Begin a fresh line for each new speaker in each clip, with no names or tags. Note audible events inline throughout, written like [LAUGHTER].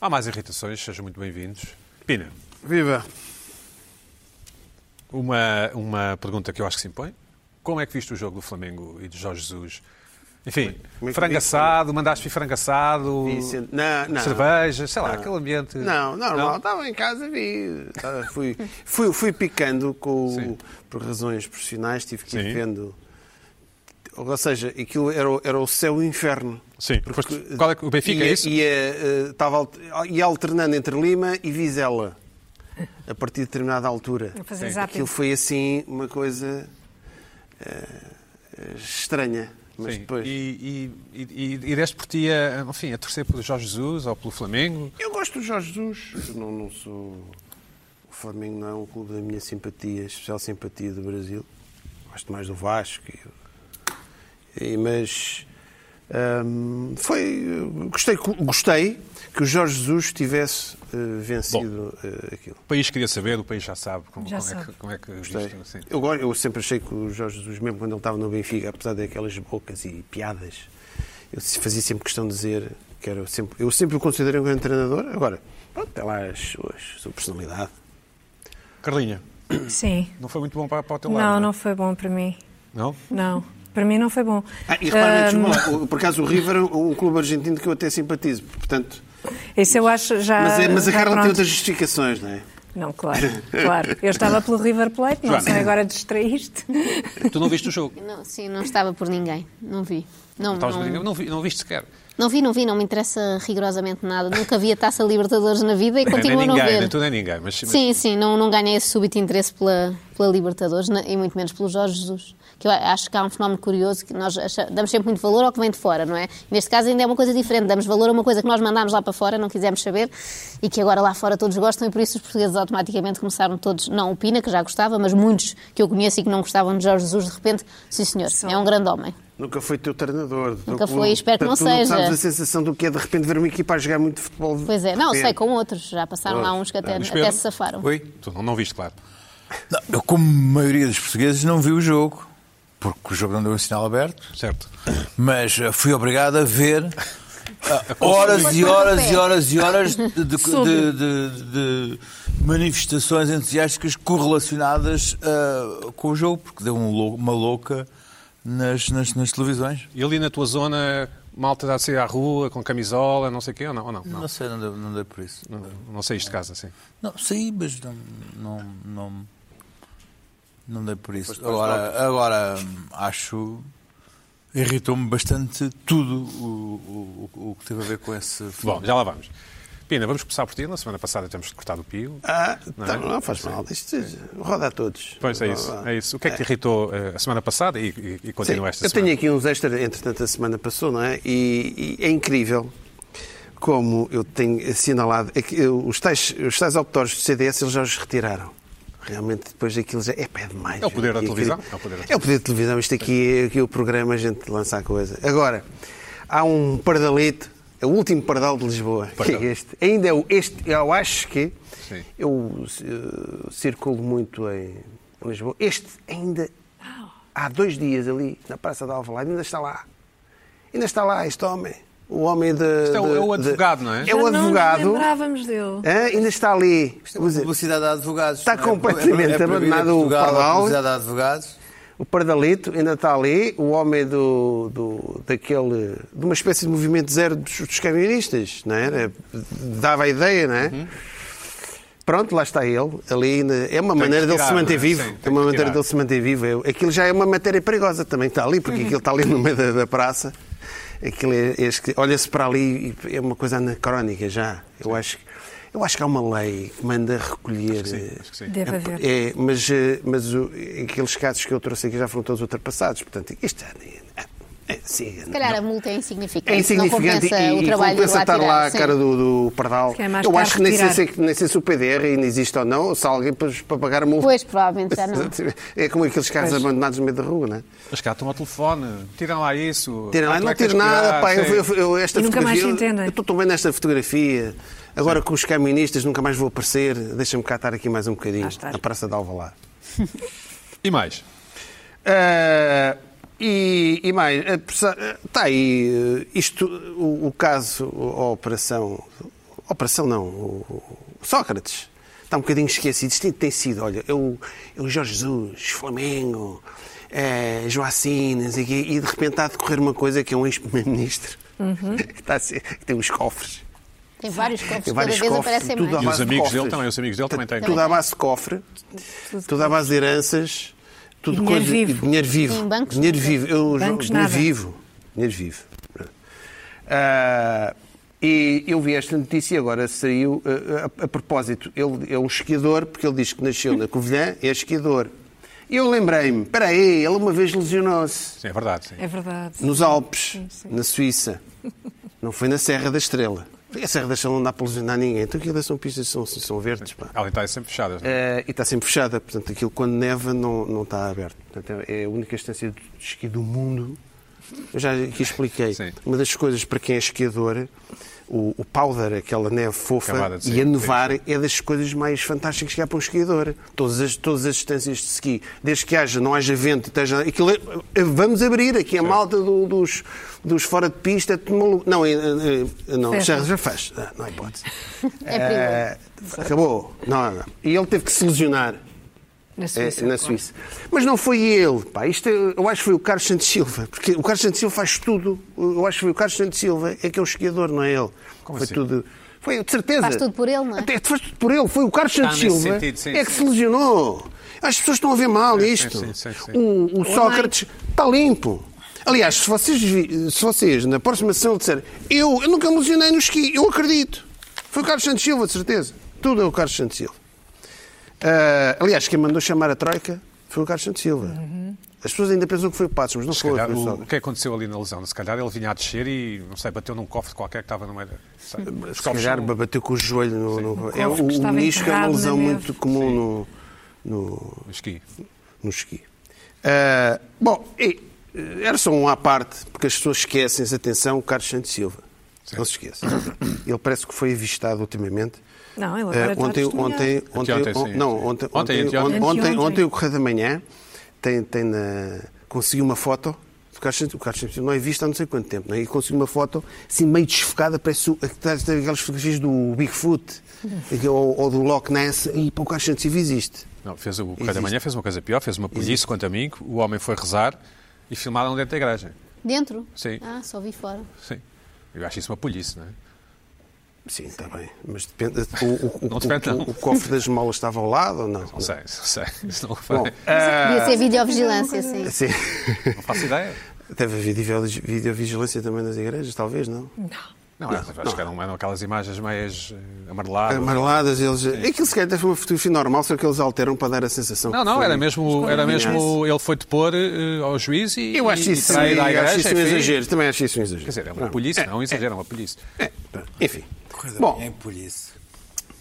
Há mais irritações, sejam muito bem-vindos. Pina,
Viva!
uma, uma pergunta que eu acho que se impõe. Como é que viste o jogo do Flamengo e de Jorge Jesus? Enfim,
como é que
frango
viste?
assado, mandaste vir frango assado,
Vi cen- não, não.
cerveja, sei lá, aquele ambiente...
Não, normal, estava em casa, vi. Ah, Fui, fui, fui picando com,
Sim.
por razões profissionais, tive que
Sim.
ir vendo. Ou seja, aquilo era, o- era o céu e o inferno.
Sim, foste- qual é que- o Benfica,
ia,
é isso?
Ia, eh, tava alt- ia alternando entre Lima e Vizela, a partir de determinada altura.
Vou fazer
Sim.
zapping.
Aquilo foi assim uma coisa eh, estranha. Mas
Sim,
depois.
E, e, e, e deste por ti a, enfim, a torcer pelo Jorge Jesus ou pelo Flamengo?
Eu gosto do Jorge Jesus. Eu não, não sou. O Flamengo não é um clube da minha simpatia, especial simpatia do Brasil. Gosto mais do Vasco. E- e- mas. hum, foi. Gostei, gostei que o Jorge Jesus tivesse eh, vencido eh, aquilo.
O país queria saber, o país já sabe como,
Já
como É, que,
sabe.
como é que
Gostei.
viste, assim.
Eu, go- eu sempre achei que o Jorge Jesus, mesmo quando ele estava no Benfica, apesar daquelas bocas e piadas, eu se- fazia sempre questão de dizer que era sempre, eu sempre o considerei um grande treinador. Agora, pronto, tem lá as suas, a sua personalidade.
Carlinha,
Sim.
não foi muito bom para, para o
Então
teu
Não,
lado? é?
não foi bom para mim.
Não?
Não. Para mim não foi bom.
Ah, e reparem,
Ahm,
desculpa lá, o- por acaso o River é um um clube argentino que eu até simpatizo, portanto.
isso eu acho já.
Ah,
Mas, é- mas a
já
tá
Carla tem
pronto.
outras justificações, não é?
Não, claro, claro. Eu
[LAUGHS]
estava pelo River Plate, não
Joana.
sei, agora distraíste.
Tu não viste o jogo?
Não, sim, não estava por ninguém. Não vi. Não,
Estavas
não-
brincando? não, vi- não viste sequer.
não vi, não vi, não me interessa rigorosamente nada. Nunca vi a Taça Libertadores na vida e
é nem
continuo a não
ninguém,
ver.
nem tu nem ninguém. Mas, mas-
Sim, sim, não, não ganhei esse súbito interesse pela, pela Libertadores na- e muito menos pelo Jorge Jesus. Que eu a- acho que há um fenómeno curioso que nós acha- damos sempre muito valor ao que vem de fora, não é? Neste caso ainda é uma coisa diferente, damos valor a uma coisa que nós mandámos lá para fora, não quisemos saber e que agora lá fora todos gostam e por isso os portugueses automaticamente começaram todos, não o Pina, que já gostava, mas muitos que eu conheço e que não gostavam de Jorge Jesus, de repente, sim senhor, é um grande homem.
Nunca foi teu treinador. do
Nunca
clube.
foi, espero que não
Portanto, tu
seja.
sabes a sensação do que é de repente ver uma equipa a jogar muito futebol. de
Pois é, não,
repente.
sei, com outros, já passaram lá uns que até,
Mas
até
Pedro?
se safaram.
Oi?
Tu não, não viste, claro.
Não, eu, como a maioria dos portugueses, não vi o jogo, porque o jogo não deu o sinal aberto,
Certo.
mas eh, fui obrigado a ver ah, horas e horas e horas e horas de, de- de- de- de manifestações entusiásticas correlacionadas ah, com o jogo, porque deu um lou- uma louca nas, nas- nas televisões.
E ali na tua zona, malta dá de sair à rua, com camisola, não sei o quê, ou não? Ou não?
Não,
Não.
sei, não dei, não dei por isso.
Não, não saíste de casa, assim.
Não, saí, mas não, não, não, não dei por isso. Agora, agora hum, acho. Irritou-me bastante tudo o, o, o que teve a ver com esse
Bom,
fenómeno.
já lá vamos. Pina, vamos começar por ti. Na semana passada temos cortado o pio.
Ah,
Não
não,
é?
não faz mal. Isto roda a todos.
Pois é isso, é isso. O que é que te irritou eh, a semana passada e, e, e
Sim,
continua esta
eu
semana?
tenho aqui uns extras, entretanto a semana passou, não é? E, e é incrível como eu tenho assinalado. é que eu- os, tais, os tais auditórios do CDS eles já os retiraram. Realmente, depois daquilo já. É, é demais.
É o poder da
Aqui-
televisão,
aqui-
é o poder da
É o poder da televisão. Isto aqui, aqui o programa, a gente lança a coisa. Agora, há um pardalito, é o último pardal de Lisboa,
Pardal.
que é este. Ainda é o, este, eu acho que.
Sim.
Eu eh, circulo muito em Lisboa. Este ainda há dois dias ali na Praça da Alvalade ainda está lá. Ainda está lá este homem. O homem de.
Isto é o-
de-
é o
de-
advogado, não é?
É o
Já Não
advogado.
nos lembrávamos dele.
hã? ainda está ali.
é
Quer dizer,
Publicidade a advogados.
Está
não é?
completamente
É proibido em
abandonado o
Portugal a
Padal.
Publicidade a advogados.
O Pardalito ainda está ali. O homem do, do, daquele. de uma espécie de movimento zero dos, dos camionistas, não é? Era- Dava a ideia, não é?
Uhum.
Pronto, lá está ele. Ali ainda- é uma
que
maneira dele
tirar,
se manter
não é?
vivo.
Sim, tem
é uma
que
maneira
tirar.
dele se manter vivo. É- Aquilo já é uma matéria perigosa também que está ali, porque aquilo está ali no meio da, da praça. Aquilo é, é esqui- olha-se para ali e é uma coisa anacrónica já. Eu acho, que- eu acho que há uma lei que manda recolher. eh,
Sim, acho que sim.
Deve haver.
É, mas eh, mas o- aqueles casos que eu trouxe aqui já foram todos ultrapassados. Portanto, isto é, é, é, siga,
Se calhar a multa é insignificante.
é insignificante
não compensa
e,
o
e
trabalho
compensa
lá
estar lá a
tirar,
cara
sim.
do, do Pardal.
Que é mais
Eu
caro
acho que nem sei,
retirar.
se- nem sei se o PDR ainda existe ou não, se há alguém para, para pagar a multa.
Pois, provavelmente já
[LAUGHS]
não.
É como aqueles carros abandonados no meio da rua, não é?
Mas cá, estão ao telefone, tiram lá isso.
Tiram lá,
Ah, tu é
não
que
tiro
tens que
nada,
tirar,
pá. Eu,
sim.
eu- eu- esta
E nunca mais se
fotografia-
entendem.
Eu estou tão bem nesta fotografia. Agora com os caministas nunca mais vou aparecer. Deixa-me cá estar aqui mais um bocadinho,
Ah, estás.
na Praça de Alvalade.
E mais?
Ah, e, e mais, eh, tá está aí eh, isto, o, o caso, a operação Operação não, o, o Sócrates. Está um bocadinho esquecido. Isto tem sido, olha, é eu, eu Jorge Jesus, Flamengo, eh, Joacim, não sei o quê, e de repente está a decorrer uma coisa que é um ex-primeiro-ministro [LAUGHS] que, está a ser- que tem uns cofres.
Tem vários cofres,
Tem
cada
vários
vez
cofres,
aparecem
tudo à
mais.
E os
base de
amigos
cofres.
dele também, os amigos dele também têm
Tudo à base de cofre, tudo à base de heranças, tudo
Dinheiro
coisa.
vivo.
Dinheiro vivo.
Sim, bancos
dinheiro
nunca.
vivo. Eu,
Bancos
dinheiro
nada.
vivo. Dinheiro vivo. Ah, e eu vi esta notícia e agora saiu. ah, a, a propósito, ele é um esquiador, porque ele diz que nasceu na Covilhã, é esquiador. E eu lembrei-me, espera aí, ele uma vez lesionou-se
Sim, é verdade. Sim.
É verdade.
nos Alpes,
sim.
na Suíça. Não foi na Serra da Estrela. A Serra da Estrela não dá para lesionar ninguém. Então aquilo são pistas, são, são verdes. Pá.
Ela está sempre fechada. não é?
Eh, e está sempre fechada, portanto aquilo quando neva não, não está aberto. Portanto, é a única instância de esqui do mundo. Eu já aqui expliquei.
Sim.
Uma das coisas para quem é esquiador, o, o powder, aquela
Camada
neve fofa
de
e a
sim,
nevar, é das coisas mais fantásticas que há para um esquiador. Todas as, todas as distâncias de ski, desde que haja, não haja vento, esteja, aquilo é- eh, vamos abrir aqui a malta do- dos, dos fora de pista. é tudo maluco. Não, eh, eh, não
Ferro.
já, já faz. Ah, Não, hipótese.
É perigoso.
Eh, acabou. Não, não. E ele teve que se lesionar
Na
eh,
Suíça.
na
claro.
Suíça. Mas não foi ele. Pá. Isto, é, eu eu acho que foi o Carlos Santos Silva. Porque o Carlos Santos Silva faz tudo. Eu acho que foi o Carlos Santos Silva. É que é o esquiador, não é ele.
Como
foi
assim?
tudo. Foi, de certeza.
Faz tudo por ele, não é?
Até, faz tudo por ele. Foi o Carlos Santos
nesse
Silva
sentido, sim,
é que
sim. É,
se lesionou. As pessoas estão a ver mal
Sim,
isto.
sim, sim, sim.
O, o Sócrates está limpo. Aliás, se vocês, vi- se vocês na próxima sessão disserem eu, eu nunca me lesionei no esqui, eu acredito. Foi o Carlos Santos Silva, de certeza. Tudo é o Carlos Santos Silva. Ah, aliás, quem mandou chamar a Troika foi o Carlos Santos Silva.
Uhum.
As pessoas ainda pensam que foi o Passos, mas não
Se
foi.
calhar,
foi o
o, o
Sócrates.
que aconteceu ali na lesão? Se calhar ele vinha a descer e, não sei, bateu num cofre qualquer que estava no meio. da- um sabe? Os
Se
cofres
calhar
são-
bateu com o joelho no. no- é,
cofre
o
que estava
o menisco é uma
enterrado
lesão
na
muito
neve.
comum no, no,
o esqui.
no esqui. Ah, bom, e, eh, era só um à parte, porque as pessoas esquecem-se, atenção, o Carlos Santos Silva. Não
[COUGHS]
se esqueça. Ele parece que foi avistado ultimamente.
Não, ele
Eh,
agora está
ontem,
testemunhado.
ontem, ontem,
Anteontem,
on-
sim,
não,
sim.
ontem,
Ontem, anteontem.
ontem, ontem,
Anteontem.
ontem, o Correio da Manhã tem, tem na, conseguiu uma foto. do Carlos Santos- O Carlos Santos Silva não é visto há não sei quanto tempo, não é? e conseguiu uma foto assim meio desfocada, parece o- aquelas aquelas fotografias do Bigfoot
Uhum.
ou, ou do Loch Ness, e para o Carlos Santos Silva existe.
Não, fez o Correio
Existe.
da Manhã fez uma coisa pior, fez uma polícia quanto a mim, que o homem foi rezar e filmaram dentro da igreja.
Dentro?
Sim.
Ah, só vi fora.
Sim. Eu acho isso uma polícia, não é?
Sim, está bem. Mas depende. O, o,
Não
o-
depende,
o-
não.
o cofre das molas estava ao lado ou não?
Não sei, [LAUGHS] não sei. Isso não,
Bom, é- Ah.
Podia ser videovigilância, sim.
sim. [LAUGHS]
não faço ideia.
Deve haver video- videovigilância também nas igrejas, talvez, não? É
Não, acho que eram, eram aquelas imagens meias eh, amareladas.
Amareladas, eles. Aquilo se calhar até foi uma fotografia normal, só que eles alteram para dar a sensação.
Não,
que
não,
foi-
era mesmo, era
combinados.
mesmo ele foi depor eh, ao juiz e
Eu acho
e
isso,
trair à
eu acho
igreja,
isso um
enfim.
exagero. Também acho isso um exagero.
Quer dizer, é uma
Pronto.
polícia, não, um exagero, é uma polícia.
Enfim.
Corrida
Bom,
é por isso.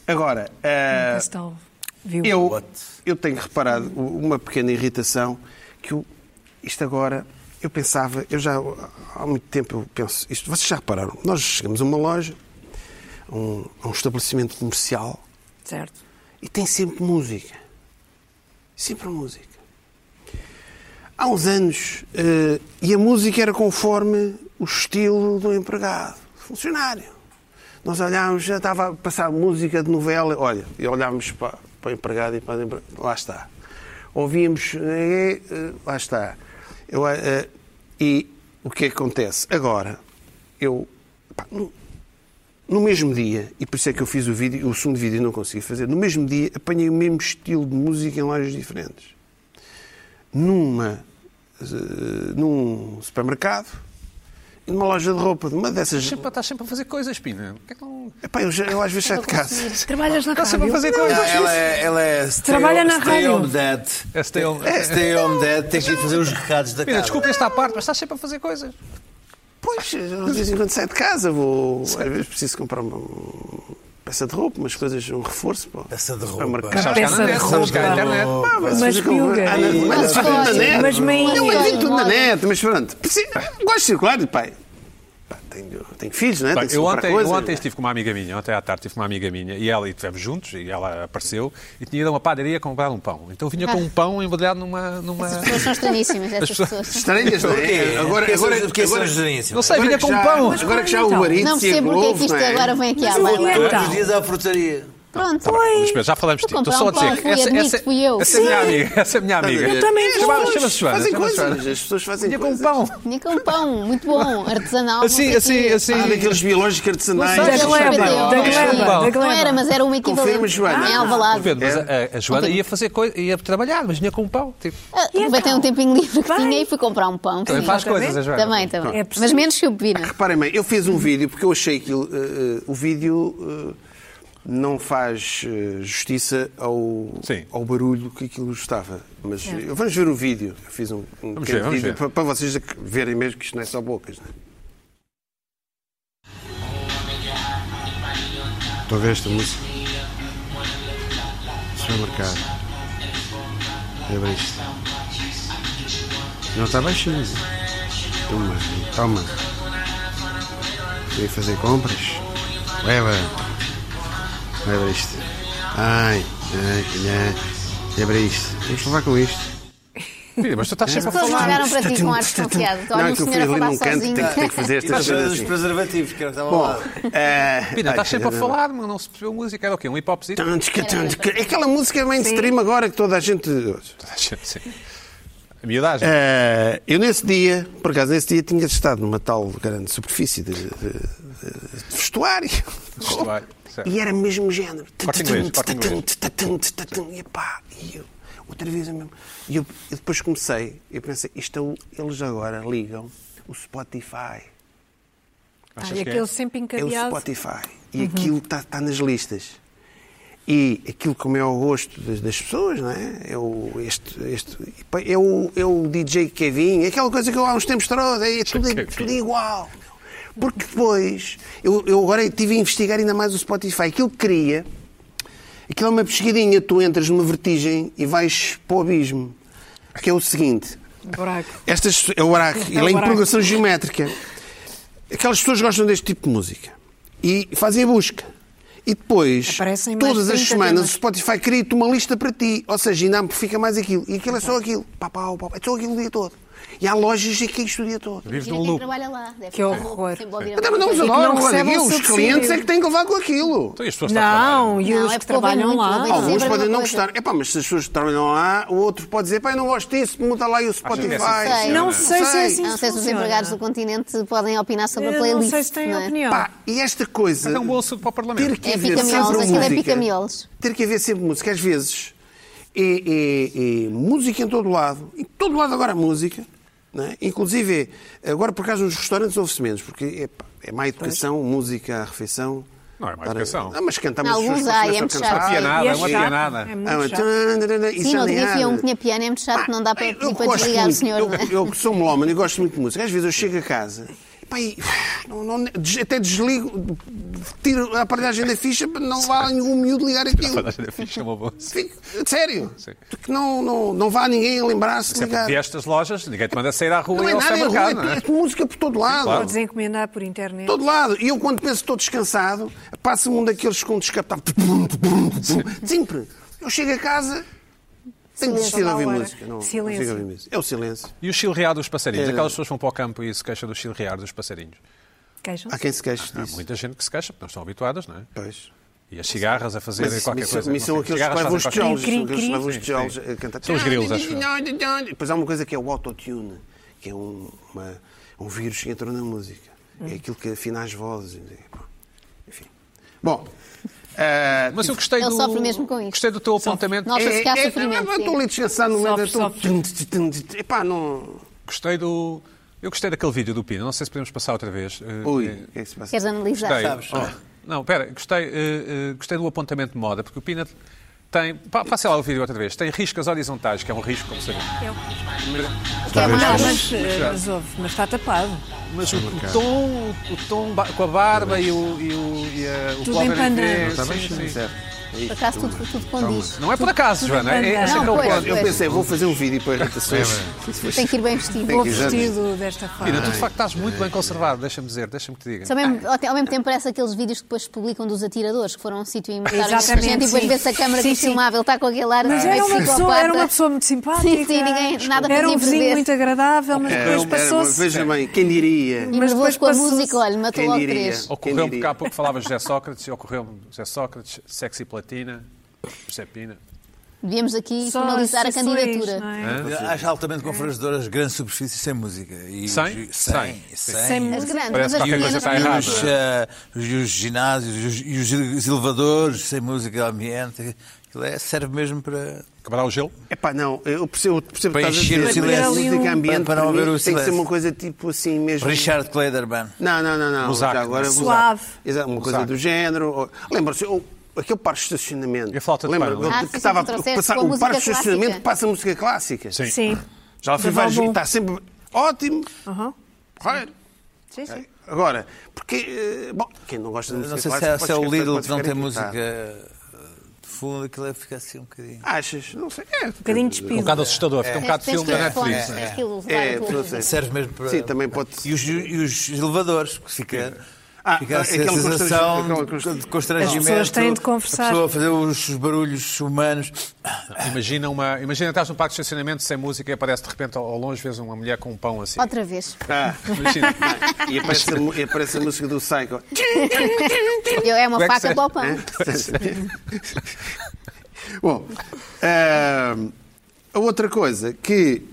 agora. eh,
Mas tal, Viu?
Eu,
What?
eu tenho reparado u- uma pequena irritação que eu, isto agora, eu pensava, eu já há muito tempo eu penso isto, vocês já repararam, nós chegamos a uma loja, a um, a um estabelecimento comercial
Certo.
e tem sempre música. Sempre música. Há uns anos, eh, e a música era conforme o estilo do empregado, funcionário. Nós olhávamos, já estava a passar música de novela, olha, e olhávamos para, para o empregado e para o empregado, lá está. Ouvíamos, eh, eh, lá está. Eu, eh, eh, e o que é que acontece? Agora, eu, pá, no- no mesmo dia, e por isso é que eu fiz o vídeo, o segundo vídeo não consegui fazer, no mesmo dia apanhei o mesmo estilo de música em lojas diferentes. Numa, eh, num supermercado, e numa loja de roupa, numa dessas.
Sempre, estás sempre a fazer coisas, Pina. Por que é que não-
Epá, eu, já, eu às vezes saio de casa.
Trabalhas na
Tá
Estás sempre a
rádio?
fazer
Ela,
coisas.
ela é, ela é stay,
Trabalha na
stay
rádio.
home dad.
É stay home-
É stay home dad, tem que ir fazer os recados da
Pina,
casa.
desculpa esta parte, mas estás sempre a fazer coisas.
Pois, eu, de vez em quando saio de casa, vou. Às vezes preciso comprar uma peça de roupa, umas coisas, um reforço. Pá,
Peça de
para
roupa.
Sabes
marcar.
que há
Peça de
na net, sabes que há na
roupa.
internet.
Ah, mas
Umas
fica-
piugas.
Ah, não, mas
Umas
fica na
coisas,
net.
Mas meinhas.
Eu
Olha,
digo tudo na
olha.
net, mas pronto. Preciso- Gosto de circular, pai. Pá, tenho, tenho filhos, né?
Bem,
Tem que se
eu
comprar
ontem,
coisas,
eu ontem
né?
estive com uma amiga minha, ontem à tarde estive com uma amiga minha e ela e estivemos juntos e ela apareceu e tinha ido a uma padaria comprar um pão. Então vinha com um pão embrulhado numa. numa...
As pessoas são estranhíssimas, essas
pessoas-
pessoas.
Estranhas, não é? Agora, agora,
porque
agora,
são gerência.
Não sei, vinha
que
com um
já-
pão.
Agora que já
Mas
o
como
marido
Não percebo porque é que isto agora vem aqui à
Mas
baila.
o que é?
Todos os
Então.
dias à frutaria.
Pronto.
Luís Pedro, já falamos
Vou
disto. Estou
comprar
só a
um pão,
dizer.
fui, admito, fui eu.
essa é a minha amiga. Essa é a minha amiga.
Eu
também vou.
Chama- Chama-se Joana.
Fazem
chama-se
coisas,
Joana.
as pessoas fazem
Vinha com um
coisas.
pão.
Vinha com um pão, muito bom, artesanal.
Assim,
não sei
assim,
quê.
assim.
Ah, daqueles biológicos artesanais.
Não sei,
Da gleba,
Não,
da
não
era.
gleba, da
é um Não era,
gleba.
mas era um equivalente.
Confirma, Joana.
Em
Luís Pedro,
Alvalade.
tá mas a, a Joana ia fazer coisa, ia trabalhar, mas vinha com um pão. Tipo,
Ah, Aproveitei um tempinho livre que
então? Vai.
tinha e fui comprar um pão.
também
sim.
faz
Exatamente.
coisas, a Joana.
Também, também.
É preciso.
Mas menos que o Pepino.
Reparem bem, eu fiz um vídeo porque eu achei que eh, o vídeo eh, não faz eh, justiça ao,
Sim.
ao barulho que aquilo estava. Mas eh, vamos ver o vídeo. Eu fiz um, um
Vamos
pequeno
ver, vamos
vídeo
ver.
Para, para vocês verem mesmo que isto não é só bocas. Né?
Estou a ver esta música. Supermercado. É bem isto. Não está baixinho. Toma, toma. Vem fazer compras. Leva. Leva isto. Ai, ai, ai. Leva isto. Vamos levar com isto.
Filha, mas tu estás sempre a
As pessoas
falar.
um
olharam para ti com ar desconfiado.
não,
Olha
é
um
que eu fui
senhor a
ali
falar
num canto
sozinho.
tenho, tenho
[LAUGHS]
que fazer estas coisas assim.
preservativos, que era o que estava
Bom,
lá.
eh,
Pina,
ai,
estás sempre a
não.
falar, mas não se percebeu a música. Era o quê? Um hip-hopzito?
Tantsca, tantsca. Aquela música é mainstream agora que toda a gente.
Sim. A miudagem.
Eh, eu nesse dia, por acaso nesse dia, tinha estado numa tal grande superfície de, de- de vestuário.
Vestuário, certo.
E era mesmo género.
Corte inglês, corte inglês.
Tatum, tatum, E pá, e eu, outra vez a mesma. E eu, eu depois comecei, eu pensei, isto é o- eles agora ligam o Spotify.
Achas
Ai,
que é?
aquele sempre
É o
encadeado.
Spotify. E aquilo está nas listas. E aquilo como é ao gosto das, das pessoas, não é? É o, este, este, é, o, é o DJ Kevin, é aquela coisa que eu há uns tempos trouxe, é tudo,
Kevin.
tudo igual. Porque depois, eu, eu agora estive a investigar ainda mais o Spotify. Aquilo que queria, aquilo é uma pesquidinha, tu entras numa vertigem e vais para o abismo. Que é o seguinte,
Buraco.
estas, é o buraco, ele é em
buraco.
progressão geométrica. Aquelas pessoas gostam deste tipo de música e fazem a busca. E depois,
Aparecem mais
todas as
30
semanas,
temas.
o Spotify cria-te uma lista para ti. Ou seja, ainda amplifica mais aquilo. E aquilo é só aquilo. Pá, pá, pá, pá. É só aquilo o dia todo. E há lojas em que é isto o dia todo. Então,
Vives
Imagina
num
quem
loop.
trabalha lá. Deve
Que
ficar
horror.
louco, sempre ouvir a
Mas não, mas
mesma coisa.
eles
não
adoram,
recebem
Rodrigo.
o
Os
subsídio.
clientes é que têm que levar com aquilo.
Então, e as pessoas
Não,
não.
e
Não,
os
é
que
porque ouvem
trabalham
muito,
lá.
ouvem
Pá,
Mas
uns
é
podem
a mesma
não
coisa.
gostar. É pá, mas se as pessoas trabalham lá, o outro pode dizer, pá, eu não gosto disso, muda lá aí o
que é
Spotify.
assim que
Não
Eu
sei se é assim.
Ah, Não sei se os
Funciona.
empregados do continente podem opinar sobre a
Eu
playlist.
não sei se têm
não é?
opinião.
Pá, e esta coisa.
Mas é um bom assunto para o
ter
Parlamento.
que
É
haver
pica-miolos,
sempre
aquilo é
música.
pica-miolos.
Ter que haver sempre música. Às vezes é, é- é música em todo lado. Em todo lado agora há música. não é? Inclusive, é, agora por acaso nos restaurantes ouve-se menos, porque é, pá, é má educação, música à refeição.
Não, é má
Estar a-
educação.
Ah, mas cantar
Não,
umas
alguns
pessoas
há,
começam
é
a
muito
cantar.
Não
chato.
havia
E
nada,
é
não havia
chato,
nada.
é
Ah,
muito
mas
chato.
tananana, isso
Sim, no outro dia
aliás-
fui a um que tinha piano, é muito chato, não dá para,
eu
pedir para
gosto
desligar o
muito,
senhor. não é?
Eu, eu que sou melómano e gosto muito de música. Às vezes eu chego a casa e, pá, e, não- não- des- até desligo, tiro a aparelhagem da ficha para não vá nenhum miúdo ligar aquilo.
Fiz uma boa.
Fico- sério.
Sim.
Que não, não, não vá ninguém lembrar-se de
Sempre
ligar.
que estas lojas, ninguém te manda sair à rua
Não
e
é
ao
nada, é, ruim,
supermercado, não
é,
é?
é música por todo lado.
claro.
Podes encomendar por internet.
Todo lado. E eu, quando penso que estou descansado, passa-me um daqueles com descaptado. Sempre. Eu chego a casa, tenho que desistir de ouvir
Silêncio.
música. Não, não consigo
Silêncio.
ouvir música. É o silêncio.
E o chilrear dos passarinhos?
É.
Aquelas pessoas que vão para o campo e se queixam do chilrear dos passarinhos.
Queixam-se.
Há quem se queixe
Há
disso.
muita gente que se queixa, porque não estão habituadas, não é?
Pois.
E as cigarras a fazer
Mas isso,
é qualquer
isso, é-
coisa.
isso são
não sei.
aqueles que
Cigarras
levam os
fazem qualquer
tijolos.
coisa.
São aqueles que levam os
Sim, sim.
tijolos a cantar. Ah,
São os grilos, acho eu.
E Depois há uma coisa que é o autotune, que é um, uma- um vírus que entrou na música.
Hum.
É aquilo que afina as vozes. Enfim. Bom. ah,
Mas eu gostei
Ele
do...
sofre mesmo com isso.
Gostei do teu apontamento.
Nós- Nota-se que
é
há sofrimento,
é, eu estou ali descansado no meio da...
Sofre,
estou- Epá, não...
Gostei do... Eu gostei daquele vídeo do Pina. Não sei se podemos passar outra vez. Eh,
Ui,
eh,
o que é que se passa?
[LAUGHS] Queres analisar?
Gostei.
Sabes?
Oh. Não, pera, gostei, eh, eh, gostei do apontamento de moda, porque o Pina tem. pa- Passa lá o vídeo outra vez. Tem riscas horizontais, que é um risco, como sabemos.
Quer
Ah,
mais?
mas, eh, mas ouve, mas está tapado.
Mas o, o tom, o, o tom ba- com a barba e o, e o, e a, o
Tudo
colar
em
em pé,
pandan.
tá sim, sim.
Certo.
Por acaso tudo, tudo condiz.
Não é por acaso,
Tudo em
Joana. É, esse
banda.
é que é
Não,
o
pois,
ponto.
Eu
pois.
pensei, vou fazer um vídeo para irritações.
Tem que ir bem vestido.
Vou
que dizer-
vestido desta forma.
Pina, tu de facto estás muito bem conservado, deixa-me dizer, deixa-me que te diga.
Só ao mesmo- ao, te- ao mesmo tempo parece aqueles vídeos que depois se publicam dos atiradores, que foram a um sítio e mataram
Exatamente,
gente e depois
sim.
vê-se a câmara
Sim,
que
sim.
filmava, ele está com aquele ar
Mas
de
era uma, pessoa, era uma
psicopata.
pessoa muito simpática.
Sim, sim, ninguém- nada
Era um
fazia
vizinho
prever.
muito agradável, mas
Era
depois
É, uma- era uma-
passou-se.
Veja bem, quem diria?
E
Mas
nervoso
depois
com a
passou-se.
música, olha, matou
Quem
logo
diria?
três.
Quem
Ocorreu-me
diria?
cá há um pouco falava José Sócrates, ocorreu-me José Sócrates, Sexy Platina, José Pina.
Devíamos aqui
Só
formalizar a
as
candidatura.
sessões, não é?
assim.
Acho altamente confrangedoras grandes superfícies sem música. E os-
Sem?
Sem.
Sem.
As
Sem.
grandes, mas
Parece
as
qualquer
pequenas
coisa está
não.
errada.
E os, eh, os, e os ginásios e os, e os ele- os elevadores sem música ambiente. Aquilo é, serve mesmo para.
Acabará o gelo?
Epá, não, eu percebo, eu percebo
Para
o que estás a
encher o
dizer.
silêncio.
A
Para-
música
para
ambiente para,
não
mim,
haver o
tem que ser
silêncio.
uma coisa tipo assim mesmo.
Richard Kleiderman.
Não, não, não, não.
Mozart,
Já
né?
agora,
não é?
Suave.
Exato, uma coisa do género. ou- Lembra-se, o- aquele parque de estacionamento.
E a flauta de
Lembra?
é?
pano, lembra?
Ah, sim,
que
sim,
estava,
tu trouxeste
passa-
com a
o
música
parque de estacionamento
clássica. um.
passa música clássica.
Sim.
Sim.
Já lá fui
Da
várias
Valbom.
vezes.
um
Está sempre ótimo.
Uhum.
Correio.
Sim,
É.
Um sim.
Agora, porque. eh, Bom, quem não gosta de
Não
música
sei se
clássica
é,
pode
se é o
esquecer,
Lidl
pode
que não
ficar
tem
irritado.
música eh, de fundo, aquilo fica assim um bocadinho.
Achas? Não sei. É, um
bocadinho despido.
Um bocado assustador, fica um bocado de
É, Tens
filme
que
da
ir responde,
Netflix.
tens que ir levar
É,
a tua
pronto,
vida.
assim.
é.
Serve mesmo para.
Sim, também pode-
E os, e os elevadores, que fica.
Ah,
fica a
aquele
sensação
constrangimento,
de-
aquele
de constrangimento.
As pessoas têm de conversar.
A pessoa a fazer os barulhos humanos. Ah,
Imagina, uma, imagina estás num parque de estacionamento sem música e aparece de repente ao ao longe vês uma mulher com um pão assim.
Outra vez.
Ah,
Imagina.
e, aparece a, mu- e aparece a música do Psycho.
Eu- é uma
Como é que
faca
se-
para o pão.
Bom, ahm, a outra coisa que.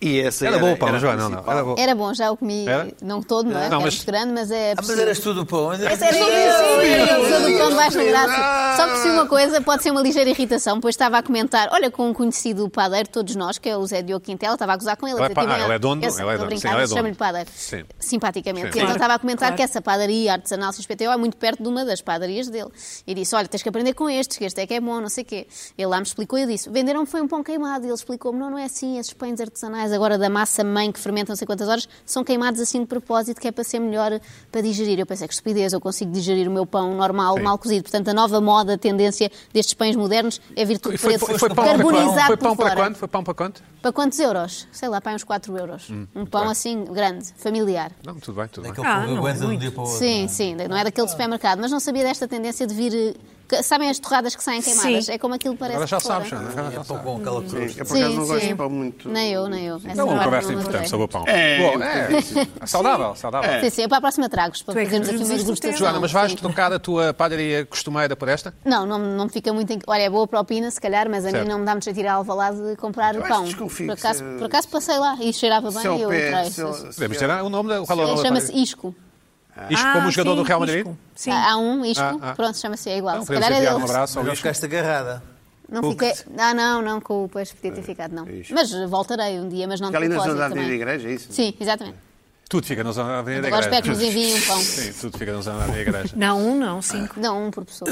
E
[LAUGHS]
essa
Era
era
bom o pão,
era a
Joana, não, não.
principal.
Era bom.
Era bom, já o comi,
Era?
não todo, não é?
Não,
Era
mas-
muito grande, mas é
Ah, mas
possível.
eras tudo pão. ainda-
Essa era eu, eu sou do Pão de Baixo da Graça. Só por si uma coisa, pode ser uma ligeira irritação, pois estava a comentar, olha, com um conhecido padeiro, todos nós, que é o Zé Diogo Quintela, estava a gozar com ele.
Ele é
a dizer,
pa-
tipo,
ah, ele é dono,
eu-
ele é dono, sim,
estou a
ele é
brincar, chama-lhe
dono.
padeiro.
Sim.
Simpaticamente.
Sim.
Então
Claro,
estava a comentar
claro.
que essa padaria artesanal XPTO é muito perto de uma das padarias dele. E disse, olha, tens que aprender com estes, que este é que é bom, não sei o quê. Ele lá me explicou e eu disse, venderam-me foi um pão queimado. E ele explicou-me, não, não é assim, esses pães artesanais agora da massa mãe que fermentam não sei quantas horas, são queimados assim de propósito, que é para ser melhor para digerir. Eu pensei que estupidez, eu consigo digerir o meu pão normal,
Sim.
mal cozido. Portanto, a nova moda, a tendência destes pães modernos é vir tudo
E foi,
preto,
foi, foi pão para quanto?
carbonizado
Foi
por
pão para
fora.
quanto? Foi pão para quanto?
Para quantos euros? Sei lá, para uns 4 euros.
Hum,
um pão
bem.
assim, grande, familiar.
Não, tudo bem, tudo bem.
Aquele
Ah,
pão que
não,
aguenta de um
muito.
dia para o outro.
Sim, sim, não é daquele supermercado, mas não sabia desta tendência de vir. eh, que- Sabem as torradas que saem queimadas?
Sim.
É como aquilo parece.
Agora já
de fora.
sabes, Joana. Agora já
É
sabes.
tão bom aquela cruz.
É por
Sim,
acaso não gosto
sim.
de pão muito.
Nem eu, nem eu. Essa
É uma
parte
conversa
não
importante
adorei.
sobre o pão.
É,
Bom, é saudável, saudável.
Sim, sim, eu para a próxima trago-os, para
Tu é que
fazermos aqui uma
introduziste o tema.
degustação.
Joana, mas vais
sim.
trocar a tua padaria costumeira por esta?
Não, não, não me fica muito. Em... Olha, é boa propina, se calhar, mas a
Certo.
mim não me dá muito jeito ir à Alvalade de comprar
Eu acho
pão.
que desconfio
Por
que
acaso,
se-
por acaso passei lá e cheirava bem
Se é o
e eu
pé,
entrei.
se é o- se
Podemos
é-
ter ah, o nome da. Qual é o nome da
Chama-se
padaria?
Isco.
Isto como
Ah,
o jogador
sim,
do Real Madrid?
Isco. Sim.
Há um Isco,
Ah, ah.
pronto, chama-se é igual.
Não,
se calhar é
podemos enviar um
deles.
abraço ao
Mas
Isco.
ficaste agarrada.
Não
Ou-
fiquei. Ah, não, não, com o pois podia ter ficado, não. Mas eh, voltarei um dia, mas não de
Fica ali na
propósito
zona da Avenida da
também.
Igreja, é isso?
Sim, exatamente.
Tudo fica na zona da Avenida da
Agora espero que nos
Igreja.
enviem um pão.
Sim, tudo fica na zona da Avenida da Igreja.
Não, um não, cinco.
Não, um por pessoa.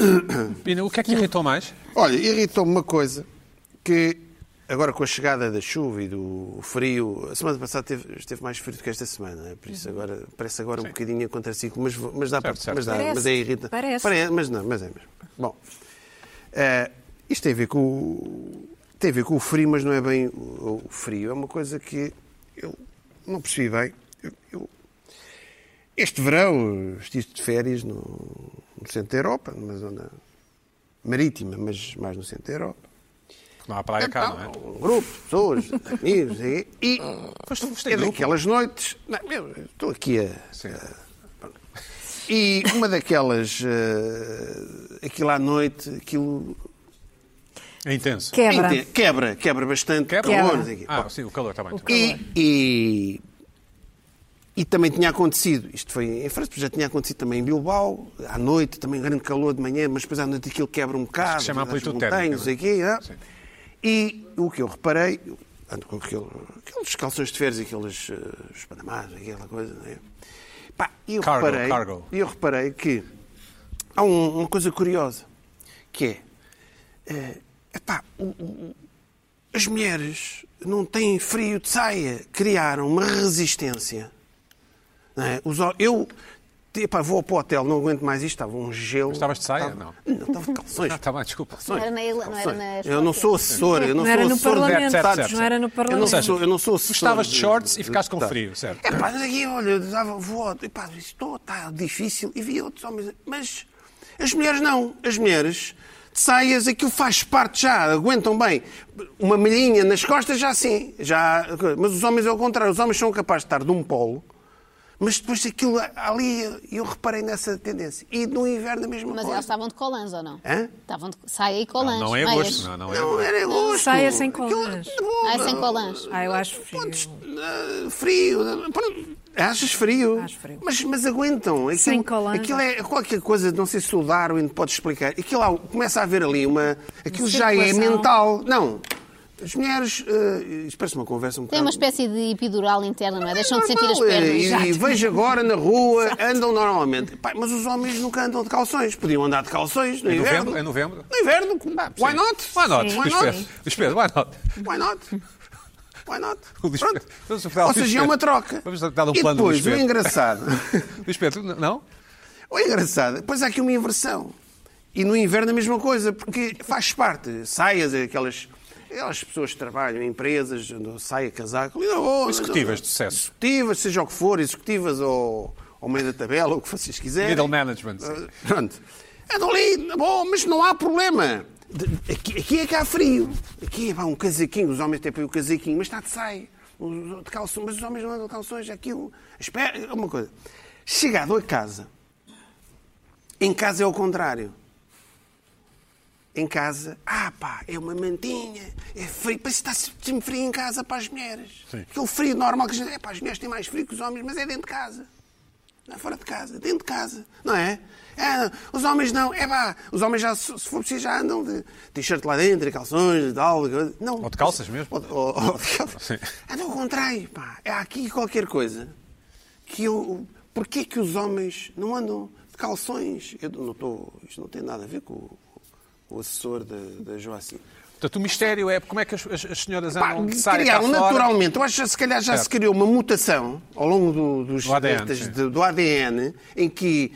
Pina, o que é que irritou mais?
Olha, irritou-me uma coisa que agora com a chegada da chuva e do frio, a semana passada teve, esteve mais frio do que esta semana, né? por
Uhum.
isso agora parece agora um bocadinho a contraciclo, mas, vo- mas dá para.
certo.
Mas, dá,
Parece,
mas é irritante.
parece.
mas não, mas é mesmo. Bom. eh, isto tem a ver com o. Tem a ver com o frio, mas não é bem o, o frio. É uma coisa que eu não percebi bem. Eu- eu- este verão eu estive de férias no, no centro da Europa, numa zona marítima, mas mais no centro da Europa.
Porque não há praia cá, não é?
Um grupo de pessoas, [LAUGHS] amigos, e, e é daquelas noites. Não, eu estou aqui a.
Sim.
E uma daquelas. eh, aquilo à noite, aquilo.
É intenso.
Quebra.
Ente- Quebra, quebra bastante.
Quebra?
calor, não
Quebra.
sei o quê.
Ah, sim, o calor está bem. está bem.
E, e, e também tinha acontecido, isto foi em França, mas já tinha acontecido também em Bilbao, à noite, também grande calor de manhã, mas depois à noite aquilo quebra um bocado,
que chama
as
amplitude
montanhas,
térmica,
não sei o quê, não é?
Sim.
E o que eu reparei, eu ando com aquele, aqueles calções de férias, aqueles eh, os panamás, aquela coisa, não é? Pá, e eu
Cargo,
reparei,
cargo.
e eu reparei que há um- uma coisa curiosa, que é, eh, epá, o- as mulheres não têm frio de saia. Criaram uma resistência. não é? Os ho- eu Epá, vou para o hotel, não aguento mais isto, estava um gelo.
Mas estavas de saia?
Estava- Não, estava de calções.
[LAUGHS] Ah, está bem, desculpa.
Não era na Irla- não era na
Calções. eu
Escócia.
não sou assessor, eu não,
Não era
sou
no
assessor de
Parlamento,
deputados.
certo, certo.
não era no
Eu não
Parlamento.
sou, eu não sou assessor.
Tu estavas de shorts e ficaste
ficaste
com frio, certo?
É pá, mas aqui, olha, eu dava, vou, epá, estou, está difícil. E vi outros homens, mas as mulheres não. As mulheres, de saias, aquilo faz parte já, aguentam bem. Uma malhinha nas costas já sim, já. Mas os homens é o contrário, os homens são capazes de estar de um polo. Mas depois aquilo ali, eu reparei nessa tendência. E no inverno a mesma
Mas
coisa.
elas estavam de colãs ou não?
Hã?
Estavam de saia e colãs.
Não é
meias.
gosto, não, não é
Não,
gosto.
era gosto.
Saia sem
Aquilo- é
colãs.
Ah, sem colãs.
Ah, eu acho frio.
Pontos, ah, frio. Pronto, Achas frio?
Acho frio.
Mas, mas aguentam. Aquilo,
Sem colãs.
Aquilo é qualquer coisa, não sei se o Darwin pode explicar. Aquilo lá, começa a haver ali uma. Aquilo já é
Circulação.
mental. Não. As mulheres. Uh, isto parece uma conversa um
Tem
bocado.
uma espécie de epidural interna, não é? Deixam de sentir as
normal,
pernas.
é, E, e vejo agora na
[LAUGHS]
rua, andam normalmente. Pá, mas os homens nunca andam de calções. Podiam andar de calções no
Em
inverno.
novembro? Em novembro?
No inverno. Why not?
Why not? é.
Sim.
Luís Pedro, Luís Pedro,
Why
why not?
Why not? Why not?
[LAUGHS] O Luís
Pronto.
Pedro. Vamos dar ao
Ou
Luís
seja, é
Pedro.
uma troca.
Vamos dar- dar um
e
plano ao Luís
depois, o
Pedro.
engraçado... [LAUGHS]
Luís Pedro, n- não?
o engraçado, depois há aqui uma inversão. E no inverno a mesma coisa, porque faz parte. Saias, aquelas... Aquelas pessoas que trabalham em empresas, onde saia casaco... ali, oh,
Executivas de sucesso.
Executivas, seja o que for, executivas ou ao meio da tabela, ou o que vocês quiserem.
Middle management.
Ah, Pronto. Andam ali, bom, mas não há problema. De- Aqui, aqui é que há frio. Aqui é pá, um casaquinho, os homens até põem o casaquinho, mas está de saia. Os- De calção, mas os homens não andam de calções, é aquilo. Espera, é uma coisa. Chegado a casa, em casa é o contrário. Em casa, ah pá, é uma mantinha, é frio, parece que está sempre frio em casa para as mulheres. Aquele frio normal que a gente, é pá, as mulheres têm mais frio que os homens, mas é dentro de casa. Não é fora de casa, dentro de casa, não é? É, os homens não, é pá, os homens já, se se for preciso, já andam de t-shirt lá dentro, e calções e tal. Não.
Ou de calças mesmo.
Ou, ou- ou de calças.
Sim.
Andam ao contrário, pá. É aqui qualquer coisa que eu. Porquê que os homens não andam de calções? Eu não estou. Isto não tem nada a ver com o, o assessor da, da Joacim.
Portanto, o mistério é como é que as, as- as senhoras
Pá, um
andam de saia cá
criaram
fora.
naturalmente. Eu acho que se calhar já
Certo.
se criou uma mutação ao longo do, dos,
Do ADN,
destas-
sim.
do, do ADN em que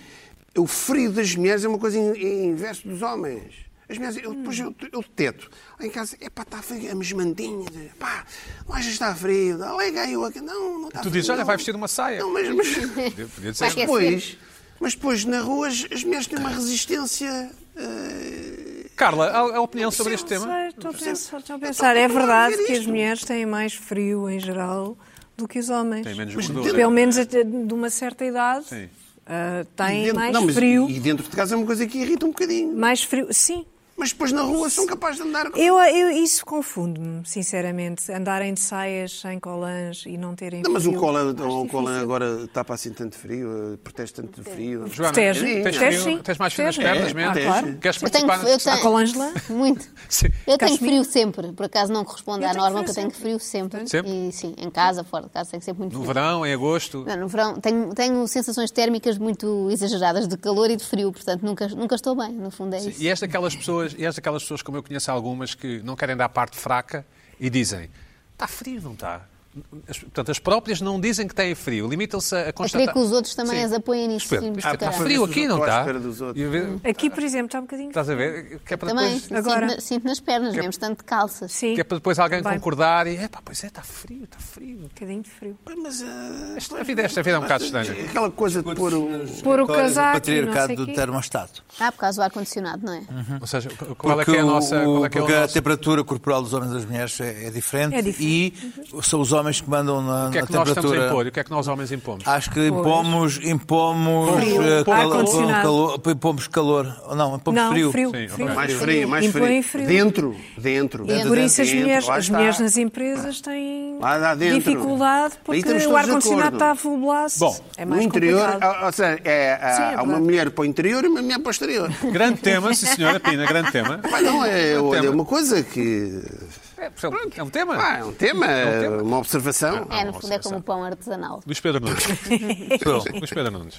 o frio das mulheres é uma coisa in- in- inverso dos homens. As mulheres, eu, depois eu, eu teto. Lá em casa, é pá, está frio, as mantinhas, pá, não achas que está frio? Dá, Liga eu aqui, não, não está
Tu
frio.
dizes, olha,
não.
vai vestir uma saia.
Não, mas-
[LAUGHS]
mas...
Podia- podia dizer,
Vai
Mas
aquecer.
depois, mas depois na rua as, as mulheres têm uma resistência. eh,
Carla, a, a opinião sobre este tema?
Sei, Estou a pensar, estou a pensar. É verdade que as mulheres têm mais frio em geral do que os homens.
Tem menos
Mas
gordura.
Pelo menos até de uma certa idade
Sim.
ah, têm
dentro-
mais
não, mas-
frio.
E dentro de casa é uma coisa que irrita um bocadinho.
Mais frio, sim.
Mas depois na rua são capazes de andar.
Eu, eu- isso confunde-me, sinceramente. Andarem de saias sem colãs e não terem
Não, mas o
É frio.
Colan,
Acho
o Colan
difícil.
agora tapa assim tanto frio, eh, protege tanto de frio.
Joana,
Protege,
tens,
protege,
frio?
sim.
tens mais frio nas
Protege.
pernas
É,
mesmo?
ah, claro.
Queres
Eu tenho,
participar?
eu
neste-
A colângela?
tenho, muito.
Sim.
Eu tenho
Cachemira?
frio sempre, por acaso não corresponde
Eu
à
tenho
norma,
frio
que eu tenho frio sempre.
Sempre?
E sim, em casa, fora de casa, tenho sempre muito
No
frio.
verão, em agosto.
Não, no verão tenho, tenho sensações térmicas muito exageradas de calor e de frio, portanto nunca, nunca estou bem, no fundo é isso.
E és daquelas pessoas, e és daquelas pessoas, como eu conheço algumas, que não querem dar parte fraca e dizem, está frio, não está? As- Portanto, as próprias não dizem que têm frio, limitam-se a
A
constatar.
crer que os outros também
tá Sim.
as apoiem nisso.
Espera,
sim,
Está
caralho.
frio aqui, não
Estou à
está?
espera dos outros.
E a ver-
Aqui, por exemplo, está um bocadinho.
Estás a ver? Que é para
Também
depois,
sinto,
Agora-
na- sinto nas pernas, mesmo tanto de calças.
Sim. um
que é para depois alguém
Bem,
concordar e, epá, pois é, está frio, está frio.
Um bocadinho de frio.
Mas eh,
Esta vida, esta vida é um bocado estranha.
aquela coisa de pôr o.
Pôr o
Histórias do
casaco.
patriarcado
e não
do
sei quê.
termostato.
Ah, por causa do ar-condicionado, não é?
Ou seja, qual é
Porque
que é a
o-
nossa... Qual é que é o
porque a
nosso-
temperatura corporal dos homens e das mulheres é, é diferente,
É diferente.
e são os homens que mandam na,
O que é
na
que nós estamos a
temperatura.
impor? E O que é que nós homens impomos?
Acho que impomos, impomos
Frio.
eh,
Ar-condicionado.
calor, eh, impomos calor, ou não, impomos
Não,
frio.
frio. frio,
Sim, ok.
Mais frio, mais
Impõem
frio.
frio.
Dentro, dentro.
E por isso as
Dentro,
mulheres,
lá
as
está.
mulheres nas empresas têm
Lá- lá dentro.
dificuldade
Aí
porque
estamos
o
todos de
ar-condicionado
acordo.
está a full blast.
Bom,
é
No
mais
interior,
complicado.
há- ou seja, é, há-
Sim, é
há uma
verdade.
mulher para o interior e uma mulher para o exterior.
[LAUGHS] Grande tema, sim senhora Pina, grande tema.
Pá, não, é, olha,
um tema.
é uma coisa que.
É, portanto, é um tema.
pá, é um tema,
É um tema.
uma observação. Ah,
É, no fundo é
nossa,
como o pão artesanal.
Luís Pedro Nunes. Luís Pedro Nunes.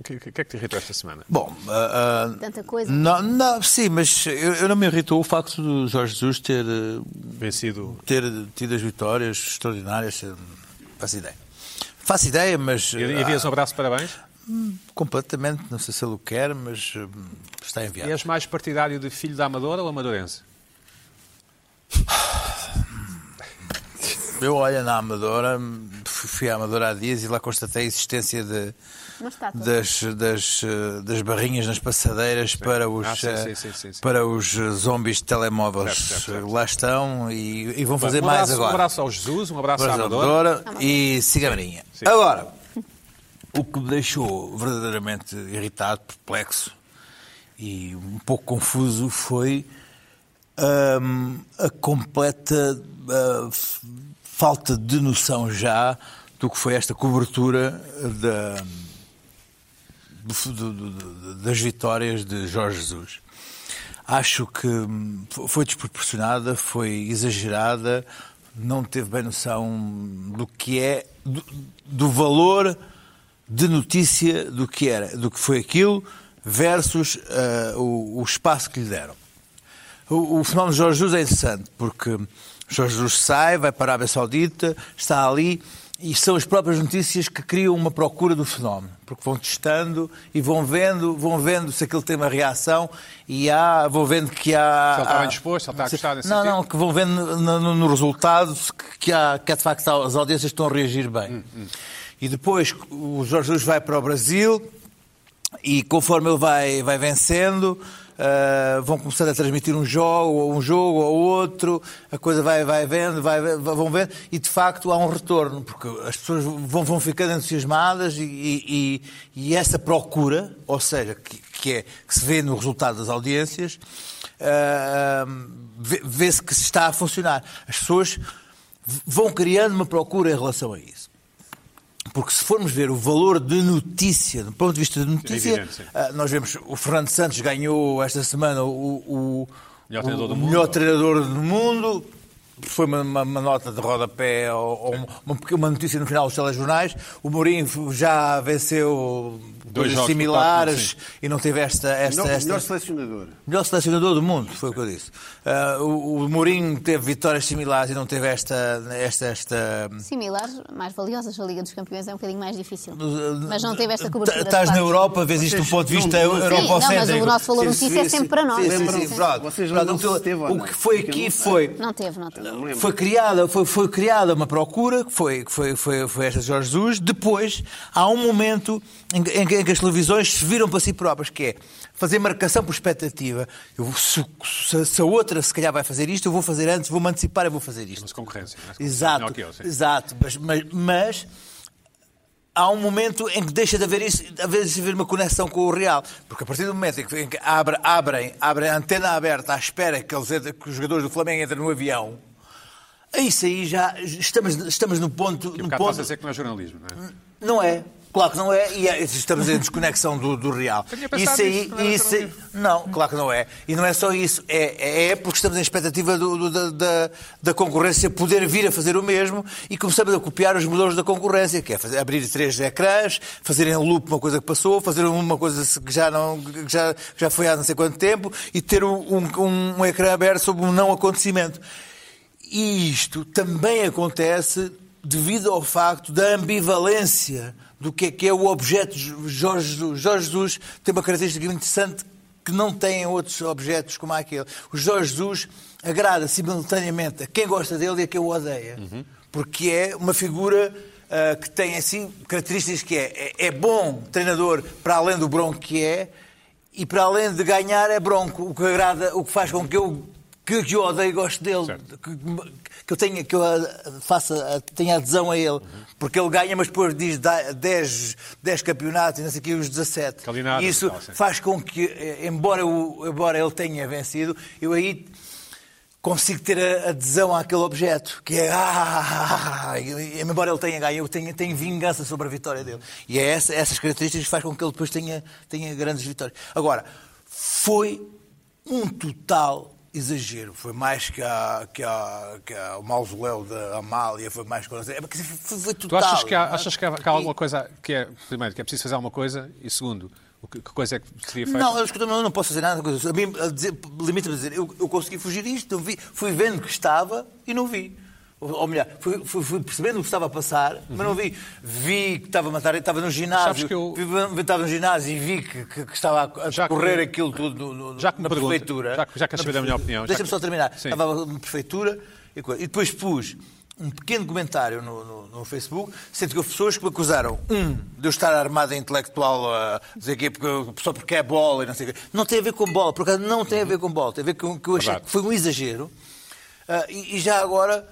O que, o que é que te irritou esta semana?
Bom, ah, ah,
Tanta coisa.
não, não, sim, mas eu, eu não me irritou o facto do Jorge Jesus ter eh,
Vencido.
ter tido as vitórias extraordinárias, eh, faço ideia. Faço ideia, mas.
E- E envias um abraço de parabéns?
ah, Hum, Completamente, não sei se ele o quer, mas hum, está
E
enviado.
és mais partidário de filho da Amadora ou Amadorense?
Eu olho na Amadora, fui à Amadora há dias e lá constatei a existência de,
Uma estátua.
das, das, eh, das barrinhas nas passadeiras para os,
Ah, sim,
eh,
sim, sim, sim, sim.
Para os eh, zombies de telemóveis.
Certo, certo, certo.
Lá estão e, e vão fazer
um
mais
abraço,
agora.
Um abraço ao Jesus, um abraço,
Abraço
à
à
Amadora.
Amadora e siga a Marinha.
Sim.
Agora, o que me deixou verdadeiramente irritado, perplexo e um pouco confuso foi hum, a completa ah, f- falta de noção já do que foi esta cobertura da- do f- do- do- do- das vitórias de Jorge Jesus. Acho que hum, fo- foi desproporcionada, foi exagerada, não teve bem noção do que é, do, do valor de notícia do que era, do que foi aquilo, versus ah, o, o espaço que lhe deram. O, o fenómeno de Jorge Jesus é interessante, porque Jorge Jesus sai, vai para a Arábia Saudita, está ali, e são as próprias notícias que criam uma procura do fenómeno, porque vão testando e vão vendo, vão vendo se aquilo tem uma reação e há, vão vendo que há...
Se ele está bem
há-
disposto, se ele está a gostar nesse
Não,
sentido.
não, que vão vendo no, no- no resultado se que, que há, que há, de facto as audiências estão a reagir bem.
Hum,
E depois o Jorge Jesus vai para o Brasil, e conforme ele vai, vai vencendo, ah, vão começando a transmitir um jogo, ou um jogo ou outro, a coisa vai, vai vendo, vai, vai- vão vendo, e de facto há um retorno, porque as pessoas vão, vão ficando entusiasmadas e, e- e- e essa procura, ou seja, que, que é, que se vê no resultado das audiências, ah, vê- vê-se que se está a funcionar. As pessoas v- vão criando uma procura em relação a isso. Porque se formos ver o valor de notícia, do ponto de vista de notícia,
É evidente, sim.
ah, nós vemos o Fernando Santos ganhou esta semana o, o-
Melhor
o-
treinador do
o
mundo.
melhor treinador do mundo. Foi uma, uma- uma nota de rodapé ou, ou uma, uma notícia no final dos telejornais. O Mourinho já venceu coisas
jogos por
similares
quatro,
e não teve esta. esta,
Melhor,
esta-
melhor selecionador.
Melhor selecionador do mundo, foi o que eu disse. Ah, o, o Mourinho teve vitórias similares e não teve esta, esta, esta
Similares, mais valiosas, a Liga dos Campeões é um bocadinho mais difícil.
Uh,
Mas não teve esta cobertura. de
Estás na
facto.
Europa, vês isto do ponto de vista
não-
Sim, não, mas o
europocêntrico.
nosso valor
Sim,
notícia é
sim,
sempre para nós.
Sim,
não é?
sim,
Lembram-se,
sim, pronto.
vocês
Pronto,
lembram-se
o que-
se teve ou
O
não?
que foi
Porque eu
aqui
não sei.
foi.
Não teve, não teve.
lembro.
Foi criada, foi, foi criada uma procura, que foi, que foi, foi, foi esta de Jorge Jesus. Depois, há um momento em, que- em que- em que as televisões se viram para si próprias, que é fazer marcação por expectativa. Eu, se, se- se a outra, se calhar, vai fazer isto, eu vou fazer antes, vou-me antecipar, eu vou fazer isto.
Mas concorrência. mas concorrência
Exato,
melhor que eu, sim.
exato. Mas, mas, mas há um momento em que deixa de haver isso, de haver, de haver uma conexão com o real. Porque a partir do momento em que, em que abre- abrem, abrem a antena aberta à espera que, eles entrem- que os jogadores do Flamengo entrem no avião, isso aí já estamos, estamos no
E
ponto.
um
no
bocado
ponto
posso dizer que não é jornalismo, não é?
não é. Claro que não é, e é- estamos em desconexão do, do real.
Eu tinha pensado nisso, não era
isso
para ouvir.
Não, claro que não é. E não é só isso, é, é- é porque estamos em expectativa do- do- da, da- da concorrência poder vir a fazer o mesmo e começamos a copiar os modelos da concorrência, que é fazer- abrir três ecrãs, fazer em loop uma coisa que passou, fazer uma coisa que já, não, que já, que já foi há não sei quanto tempo e ter um, um- um ecrã aberto sobre um não acontecimento. E isto também acontece devido ao facto da ambivalência do que é que é o objeto de Jorge Jesus. Jorge Jesus tem uma característica muito interessante que não tem em outros objetos como aquele. O Jorge Jesus agrada simultaneamente a quem gosta dele e a quem o odeia. Porque é uma figura ah, que tem assim características que é, é, é bom treinador para além do bronco que é e para além de ganhar é bronco, o que agrada, o que faz com que eu que, que eu odeio e gosto dele,
Certo.
que, que eu tenha que eu ah, faça ah, tenha adesão a ele,
Uhum.
porque ele ganha, mas depois diz 10 campeonatos e não sei o que os 17.
Calinadas assim.
E
e
isso
tal, sim.
faz com que eh, embora o embora ele tenha vencido, eu aí consigo ter a adesão àquele objeto, que é. Ah, e- e- embora ele tenha ganho, eu tenho, tenho vingança sobre a vitória dele. E é essa- essas características que faz com que ele depois tenha, tenha grandes vitórias. Agora, foi um total exagero. Foi mais que a, que a, que a- o mausoléu da Amália, foi mais que. é, quer dizer, Foi, foi
Tu
total.
achas que há,
não é?
achas que há, que há alguma coisa que é, primeiro, que é preciso fazer alguma coisa e, segundo, o que, que coisa é que seria feita?
Não, eu escuta, eu não posso fazer nada. com isso. A mim, a dizer- Limita-me a dizer, eu, eu consegui fugir disto, não vi, fui vendo que estava e não vi. Ou melhor, fui, fui- fui percebendo o que estava a passar, mas não vi. Vi que estava a matar, estava no
Sabes
ginásio.
que eu-
vi- vi- estava no ginásio e vi que, que- que estava a- a
Já que-
correr aquilo tudo no- no-
já que me
na
pergunta-
prefeitura.
já que- já queres
Na
saber a minha
prefeitura.
opinião, já
Deixa-me
que-
só terminar.
Sim.
Estava na prefeitura e, coisa. E depois pus um pequeno comentário no, no- no Facebook, sendo que houve pessoas que me acusaram, um, de eu estar armada intelectual, a dizer que é porque, só porque é bola e não sei o quê. Não tem a ver com bola, por acaso não tem a ver com bola, tem a ver com que eu achei
Verdade.
que foi um exagero. Ah, e, e já agora,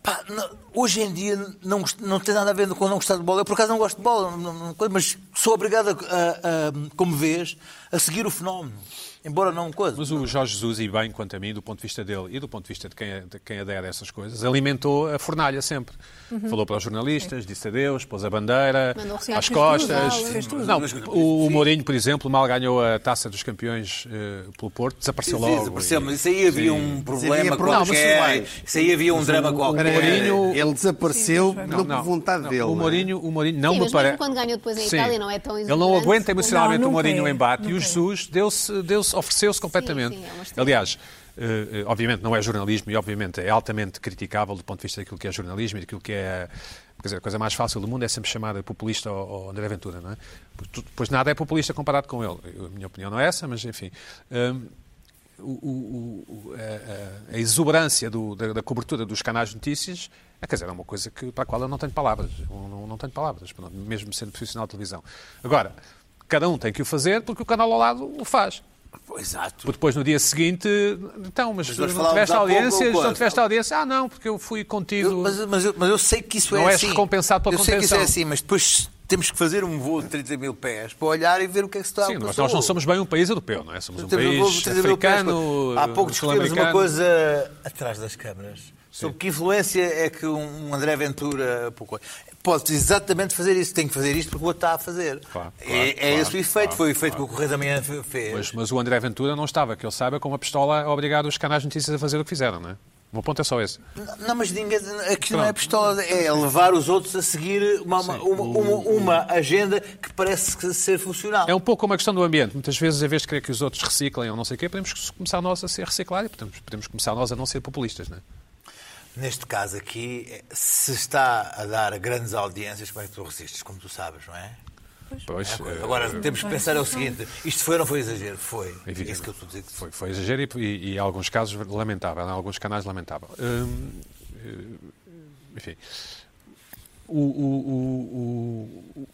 pá, não- hoje em dia não, gost- não tem nada a ver com não gostar de bola. Eu por acaso não gosto de bola, não- não- coisa, mas sou obrigado, a, a- a, como vês, a seguir o fenómeno. Embora não coisa.
Mas o Jorge Jesus, e bem quanto a mim, do ponto de vista dele e do ponto de vista de quem, de quem adere a essas coisas, alimentou a fornalha sempre.
Uhum.
Falou para os jornalistas, disse adeus, pôs a bandeira,
Mandou
às
recado.
as
Fez
costas.
tudo, fez tudo.
Não, o, o Mourinho, por exemplo, mal ganhou a taça dos campeões eh, pelo Porto, desapareceu logo.
Desapareceu, mas isso aí havia um problema
problemas
qualquer.
pessoais.
Isso aí havia um drama qualquer.
Mourinho-
Ele desapareceu,
Sim,
não é por vontade
É. Não,
dele.
O Mourinho, o Mourinho não
Sim,
me
mas
parece.
mesmo quando ganhou depois em Itália não é tão
Ele não
exuberante.
aguenta emocionalmente
Não,
o
nunca
Mourinho no
é,
embate e o
nunca é.
Jesus deu-se, deu-se, ofereceu-se completamente.
sim, é uma estrela.
Aliás, eh, eh, obviamente não é jornalismo e obviamente é altamente criticável do ponto de vista daquilo que é jornalismo e daquilo que é. Quer dizer, a coisa mais fácil do mundo é sempre chamar populista ao, ao André Ventura, não é? Porque tu- Pois nada é populista comparado com ele. Eu- A minha opinião não é essa, mas enfim. Hum, o- o- o- o- a, a- a exuberância do- da, da cobertura dos canais de notícias é, quer dizer, é uma coisa que, para a qual eu não tenho palavras. Eu não, não tenho palavras, pronto, mesmo sendo profissional de televisão. Agora, cada um tem que o fazer porque o canal ao lado o faz.
Exato.
Porque depois, no dia seguinte, então, mas,
nós
não
falámos
tiveste
há pouco,
audiência,
quando?
não tiveste audiência, ah não, porque eu fui contido.
Eu- mas, mas eu, mas eu sei que isso
Não
é
és
assim.
recompensado pela
Eu sei que isso é
contenção.
assim, mas depois temos que fazer um voo de 30 mil pés para olhar e ver o que é que se está a
Sim, nós,
passar.
nós não somos bem um país europeu, não é? Somos um
Temos um voo de
país
30 mil pés.
africano.
Há pouco discutimos uma
sul-americano.
coisa atrás das câmaras. Sobre que influência é que um um André Ventura pô, pode exatamente fazer isso, tem que fazer isto porque o outro está a fazer.
Claro,
é
claro,
é
claro,
esse o efeito,
claro,
foi o efeito que o Correio da Manhã fe- fez.
Mas, mas o André Ventura não estava, que eu saiba, com uma pistola a obrigar os canais de notícias a fazer o que fizeram, não é? O meu ponto é só esse.
Não, mas ninguém, a questão não é a pistola, é levar os outros a seguir uma, uma, uma, uma- uma agenda que parece que ser funcional.
É um pouco como a questão do ambiente. Muitas vezes, em vez de querer que os outros reciclem ou não sei o quê, podemos começar nós a ser reciclar e podemos, podemos começar nós a não ser populistas, não é?
Neste caso aqui, é- se está a dar grandes audiências, como é que tu resistes, como tu sabes, não é?
Pois, eh,
Agora, temos que pensar é o seguinte, isto foi ou não foi exagero? Foi. É
Evidente.
isso que eu estou a dizer. que
Foi,
foi.
foi exagero e, e, e em alguns casos lamentável, em alguns canais lamentável. Hum, eh, enfim. O, o- o- o- o-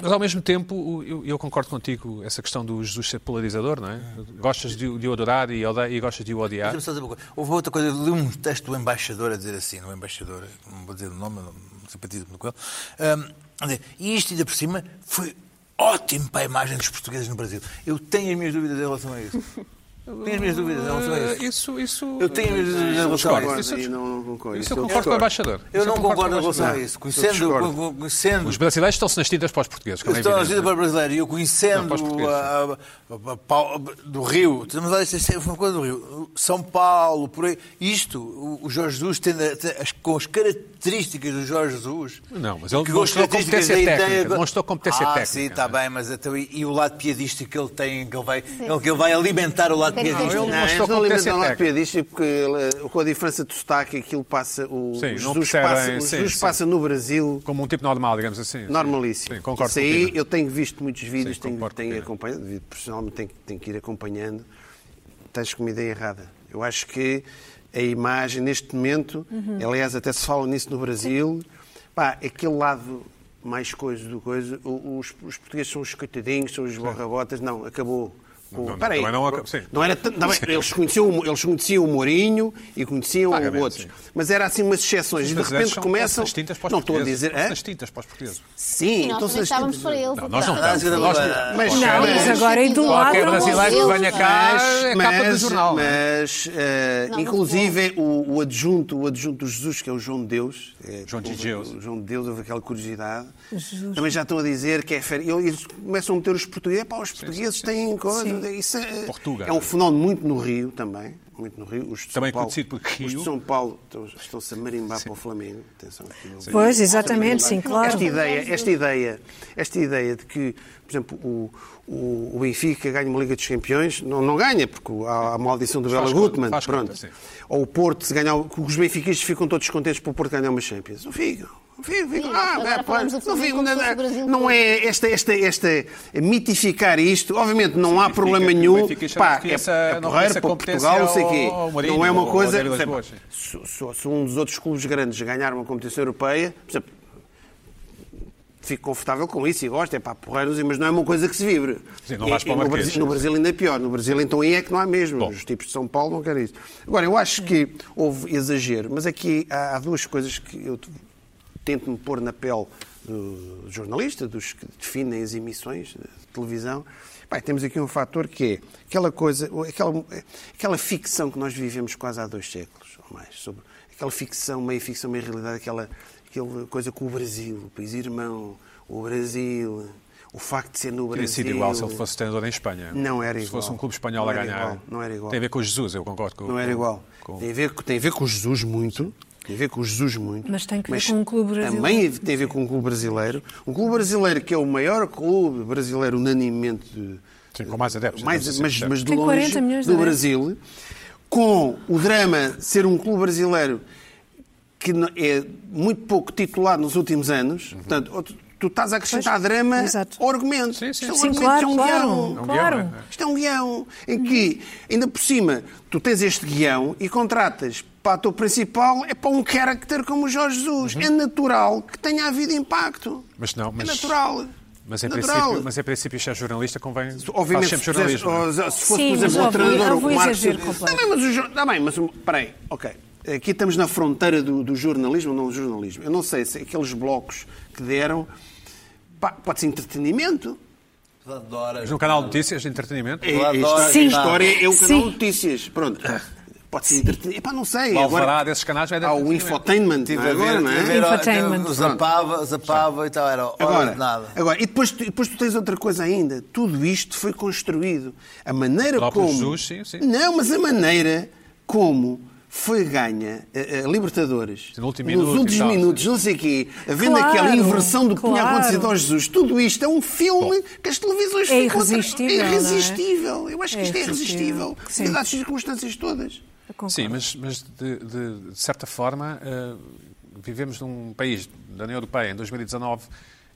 mas ao mesmo tempo, o- eu, eu concordo contigo, essa questão do Jesus ser polarizador, não é? Gostas de, o- de o adorar e, oda- e gostas de o odiar.
Deixa-me só dizer uma coisa. Houve outra coisa, eu li um texto do embaixador a dizer assim, do embaixador, não vou dizer o nome, não simpatizo muito com ele, ahm, a dizer, e isto ainda por cima foi ótimo para a imagem dos portugueses no Brasil. Eu tenho as minhas dúvidas em relação a isso. Tenho as minhas dúvidas em relação a
Eh,
isso.
Isso, isso.
Eu tenho as minhas dúvidas em
eu
relação a
discordo.
isso.
Isso-
Concordo e não- não concordo.
Isso eu
Eu
concordo com o
discordo.
embaixador.
Eu
Isso é
não concordo
com
em
o
relação a
embaixador.
isso. Conhecendo,
discordo.
co- conhecendo
Os brasileiros estão-se nas tintas para os portugueses. como é
Estou a
evidente,
dizer
não é?
para o brasileiro, e eu
Não,
conhecendo
para os portugueses,
a- a- a- Pau- do Rio, estamos a dizer, isto é uma coisa do Rio, São Paulo, por aí, isto, o- o Jorge Jesus tem, de- tem as- com as características do Jorge Jesus.
Não, mas ele
que com as
mostrou
características
competência
da
técnica,
ideia-
mostrou competência
ah,
técnica,
Sim, está
não é?
bem, mas então, e, e o lado piadístico que ele tem, que ele vai, ele, que ele vai alimentar o lado
Tem que
piadístico. é?
Não, ele
Não,
mostrou
eles
com
não
competência
alimentam lá
técnica.
piadista porque ele- com a diferença de sotaque aquilo passa. O
Sim, não
Jesus,
percebem,
passa, o
sim,
Jesus
sim.
passa no Brasil
Como um tipo normal, digamos assim. Sim.
normalíssimo.
Sim, concordo
Isso aí
contigo.
eu tenho visto muitos vídeos,
Sim,
tenho,
concordo
tenho
contigo.
acompanhado, vi- personalmente tenho, tenho que ir acompanhando. Tens com uma ideia errada. Eu acho que a imagem, neste momento, aliás, até se fala nisso no Brasil, pá, aquele lado mais coisa do coisa, o- os, os portugueses são os coitadinhos, são os borrabotas, não, acabou.
Não, não,
Espera aí.
também não acabou, sim.
Não era tanto, tá bem, eles, conheciam, o- eles conheciam o Mourinho e conheciam
Vagamente,
outros.
sim.
Mas era assim umas exceções. E de
Mas
repente
são-
começam.
As tintas para os
Não estou a
portugueses.
dizer. é? hã?
As tintas para os portugueses.
Sim,
E nós
então
também
se as
estávamos
tintas-
para eles.
Não, nós não
atrás.
estamos. Nós,
Mas-
qualquer-
Não, mas é
agora idolatram
Qualquer brasileiro que
eles.
venha cá é capa do jornal. não é?
mas, eh,
Não,
inclusive o, o adjunto, o adjunto de Jesus, que é o João de Deus, eh,
João de
houve-
Deus.
o João de Deus, houve aquela curiosidade. Também já estão a dizer que é férias. Eles começam a meter os portugueses, pá, os portugueses têm coisa. Portanto, isso é,
Portugal.
é um fenómeno muito no Rio também. Muito no Rio. Os de São
Também é
Paulo,
conhecido por
Os
Rio.
de São Paulo estão- estão-se a marimbar para o Flamengo. Atenção, que não-
Pois, exatamente, sim, claro.
esta ideia, esta ideia, esta ideia de que, por exemplo, o, o, o Benfica ganha uma Liga dos Campeões, não, não ganha, porque há a maldição do
Faz
Bela
conta,
Gutmann,
faz conta,
pronto.
sim.
Ou o Porto, se ganhar, o- que os benfiquistas ficam todos contentes por o Porto ganhar uma Champions. Não ficam. não ficam, ficam.
Sim,
Ah,
agora
vai,
falamos
pá,
do
não
Flamengo
ficam,
como se
nada-
fosse o Brasil
não
todo.
é esta, esta, esta, é mitificar isto. Obviamente não há problema
que o
nenhum.
Benfica já não
Pá,
reconhece a-
é, é
não
porreiro
reconhece a
para
competência
Portugal, não sei o
ao-
quê.
ao Marítimo,
Não é uma
ao
coisa.
Derby das
por exemplo,
Boas, sim.
se, se- se um dos outros clubes grandes ganhar uma competição europeia, por exemplo, fico confortável com isso e gosto, é para porreiros, mas não é uma coisa que se vibre.
Sim, não vais
E-
para o
e no,
Marquês.
Brasil, no Brasil ainda é pior. No Brasil então aí é que não há mesmo.
Bom.
Os tipos de São Paulo não querem isso. Agora, eu acho que houve exagero, mas aqui há, há duas coisas que eu t- tento me pôr na pele do jornalista, dos que definem as emissões de televisão. Bem, temos aqui um fator que é aquela coisa, aquela, aquela ficção que nós vivemos quase há dois séculos ou mais, sobre aquela ficção, meio ficção, meio realidade, aquela, aquela coisa com o Brasil, o país irmão, o Brasil, o facto de ser no
Teria
Brasil.
sido igual se ele fosse treinador em Espanha.
Não era
Se fosse
igual.
um clube espanhol
Não
a
era
ganhar.
igual, não era igual.
Tem a ver com o Jesus, eu concordo com
Não era igual.
com-
Tem, a ver, com- tem a ver com Jesus muito. Tem a ver com Jesus muito.
Mas tem que ver com um clube brasileiro.
Também tem a ver com um clube brasileiro. Um clube brasileiro que é o maior clube brasileiro unanimemente. de-
Sim, com mais adeptos,
mais-
digamos assim,
mas,
certo.
mas de
Tem
longe
40 milhões é? de
do Brasil. Com o drama de ser um clube brasileiro que no- é muito pouco titulado nos últimos
Uhum.
anos. Portanto, ou tu, tu estás a acrescentar
Pois,
drama
exato.
ao argumento.
Sim, sim.
Isto é um
Sim,
argumento,
claro,
isto é um guião.
claro,
É um guião,
claro.
é?
Isto é um guião em que, ainda por cima, tu tens este guião e contratas para ator principal, é para um character como o Jorge Jesus. É natural que tenha havido impacto.
Mas não, Uhum. mas-
É natural. é
Mas em,
natural.
princípio, mas em princípio, se é jornalista, convém.
Obviamente,
faz sempre
se,
jornalismo. não é?
fizesse- ou se fosse,
Sim,
por
mas
exemplo, o
houve-
treinador
houve
o Marcos-
exagero completo.
Tá bem, mas o jor- tá bem, mas o- peraí, ok. Aqui estamos na fronteira do, do jornalismo, não do jornalismo. Eu não sei se aqueles blocos que deram pá, pode ser entretenimento.
Adora.
Mas num canal de notícias, de entretenimento.
É,
Adoro. Ah.
esta-
Sim.
A história é o canal
Sim.
de notícias. Pronto. Pode ser entretenimento. Epá, não sei.
O alvará
Agora,
desses canais vai dar.
há o infotainment
Tive
não é
a ver,
agora, não
tive a
é?
ver, olha,
Infotainment.
eu Zapava, zapava e tal, era hora
Agora,
de nada.
agora, e depois, tu- depois tu tens outra coisa ainda. Tudo isto foi construído. A maneira
Próprio
como.
Jesus, sim, sim.
Não, mas a maneira como foi ganha a, a Libertadores
No último
nos
minuto e
últimos
tal,
minutos, não sei o quê, havendo
Claro,
aquela inversão do que tinha
claro.
acontecido ao Jesus. Tudo isto é um filme que as televisões
É
ficam atra-
irresistível, não
É
é?
irresistível. Eu acho que
É
isto é
irresistível.
irresistível.
Sim.
Dadas as circunstâncias todas.
Eu concordo.
Sim, mas, mas de, de- de certa forma, eh, vivemos num país da União Europeia em 2019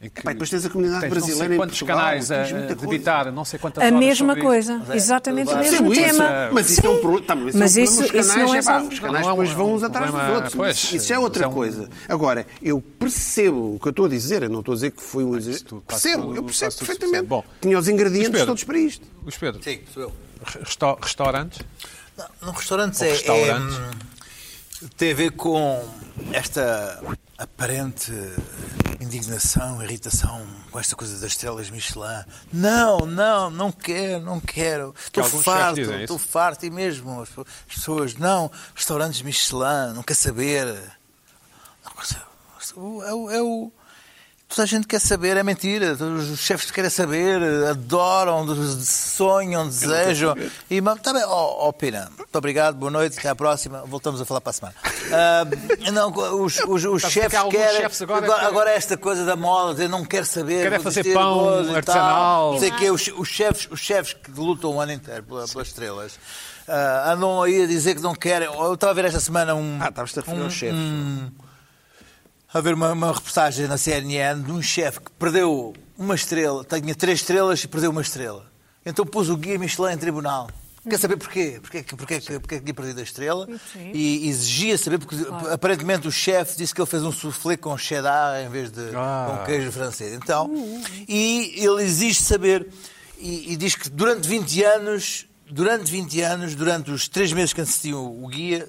em que.
Epá, e depois tens a comunidade
tens
brasileira em
não sei quantos
Portugal,
canais a
tens muita coisa.
debitar, não sei quantas
A
horas
mesma
sobre isso.
coisa,
Mas é,
exatamente o
claro.
mesmo
Sim, isso,
tema.
Mas isso é um problema. tá,
Mas
Mas isso,
isso-
é um
isso
problema dos canais,
não é
é pá,
só-
Os canais
não é um-
depois vão uns atrás dos
problema-
outros.
pois,
isso, isso é outra
isso é um-
coisa. Agora, eu percebo o que eu estou a dizer. Eu não estou a dizer que foi um exagero.
tudo, quase
Percebo,
tudo,
eu percebo
quase tudo se percebe.
perfeitamente.
Bom,
Tinha os ingredientes
mas Pedro,
todos para isto.
Os Pedro,
Sim, sou eu.
resto- restaurantes.
Não, não, restaurantes é,
restaurantes.
é, hum, tem a ver com esta aparente indignação, irritação com esta coisa das estrelas Michelin. Não, não, não quero, não quero. Estou
alguns
farto,
chefes dizem
estou
isso.
farto e mesmo as as pessoas, não, restaurantes Michelin, não quer saber. Não, mas é o- é o- é o- Toda a gente quer saber, é mentira. Todos os chefes querem saber, adoram, sonham, desejam. E está bem, ó, ó, Pina, muito obrigado, boa noite, até à próxima. Voltamos a falar para a semana. Ah, não, os, os- os
Está Tá a
chefes
ficar alguns
querem.
chefes agora
agora,
que-
agora é esta coisa da moda, dizer, não quero saber.
Querem
vou
fazer
vestir
pão
boas e tal.
artesanal.
Não sei que os, os chefes, os chefes que lutam o ano inteiro pela- pelas estrelas ah, andam aí a dizer que não querem. Eu estava a ver esta semana um.
Ah, estavas-te a referir
Hum,
aos chefes.
a ver uma, uma reportagem na CNN de um chefe que perdeu uma estrela, tinha três estrelas e perdeu uma estrela. Então pôs o guia Michelin em tribunal. Quer saber porquê? Porquê, que- porquê, que- porquê que tinha perdido a estrela?
Sim.
E exigia saber, porque aparentemente o chefe disse que ele fez um soufflé com cheddar em vez de
Ah.
com queijo francês. Então, e ele exige saber, e, e diz que durante 20 anos, durante 20 anos, durante os três meses que assistiam o guia,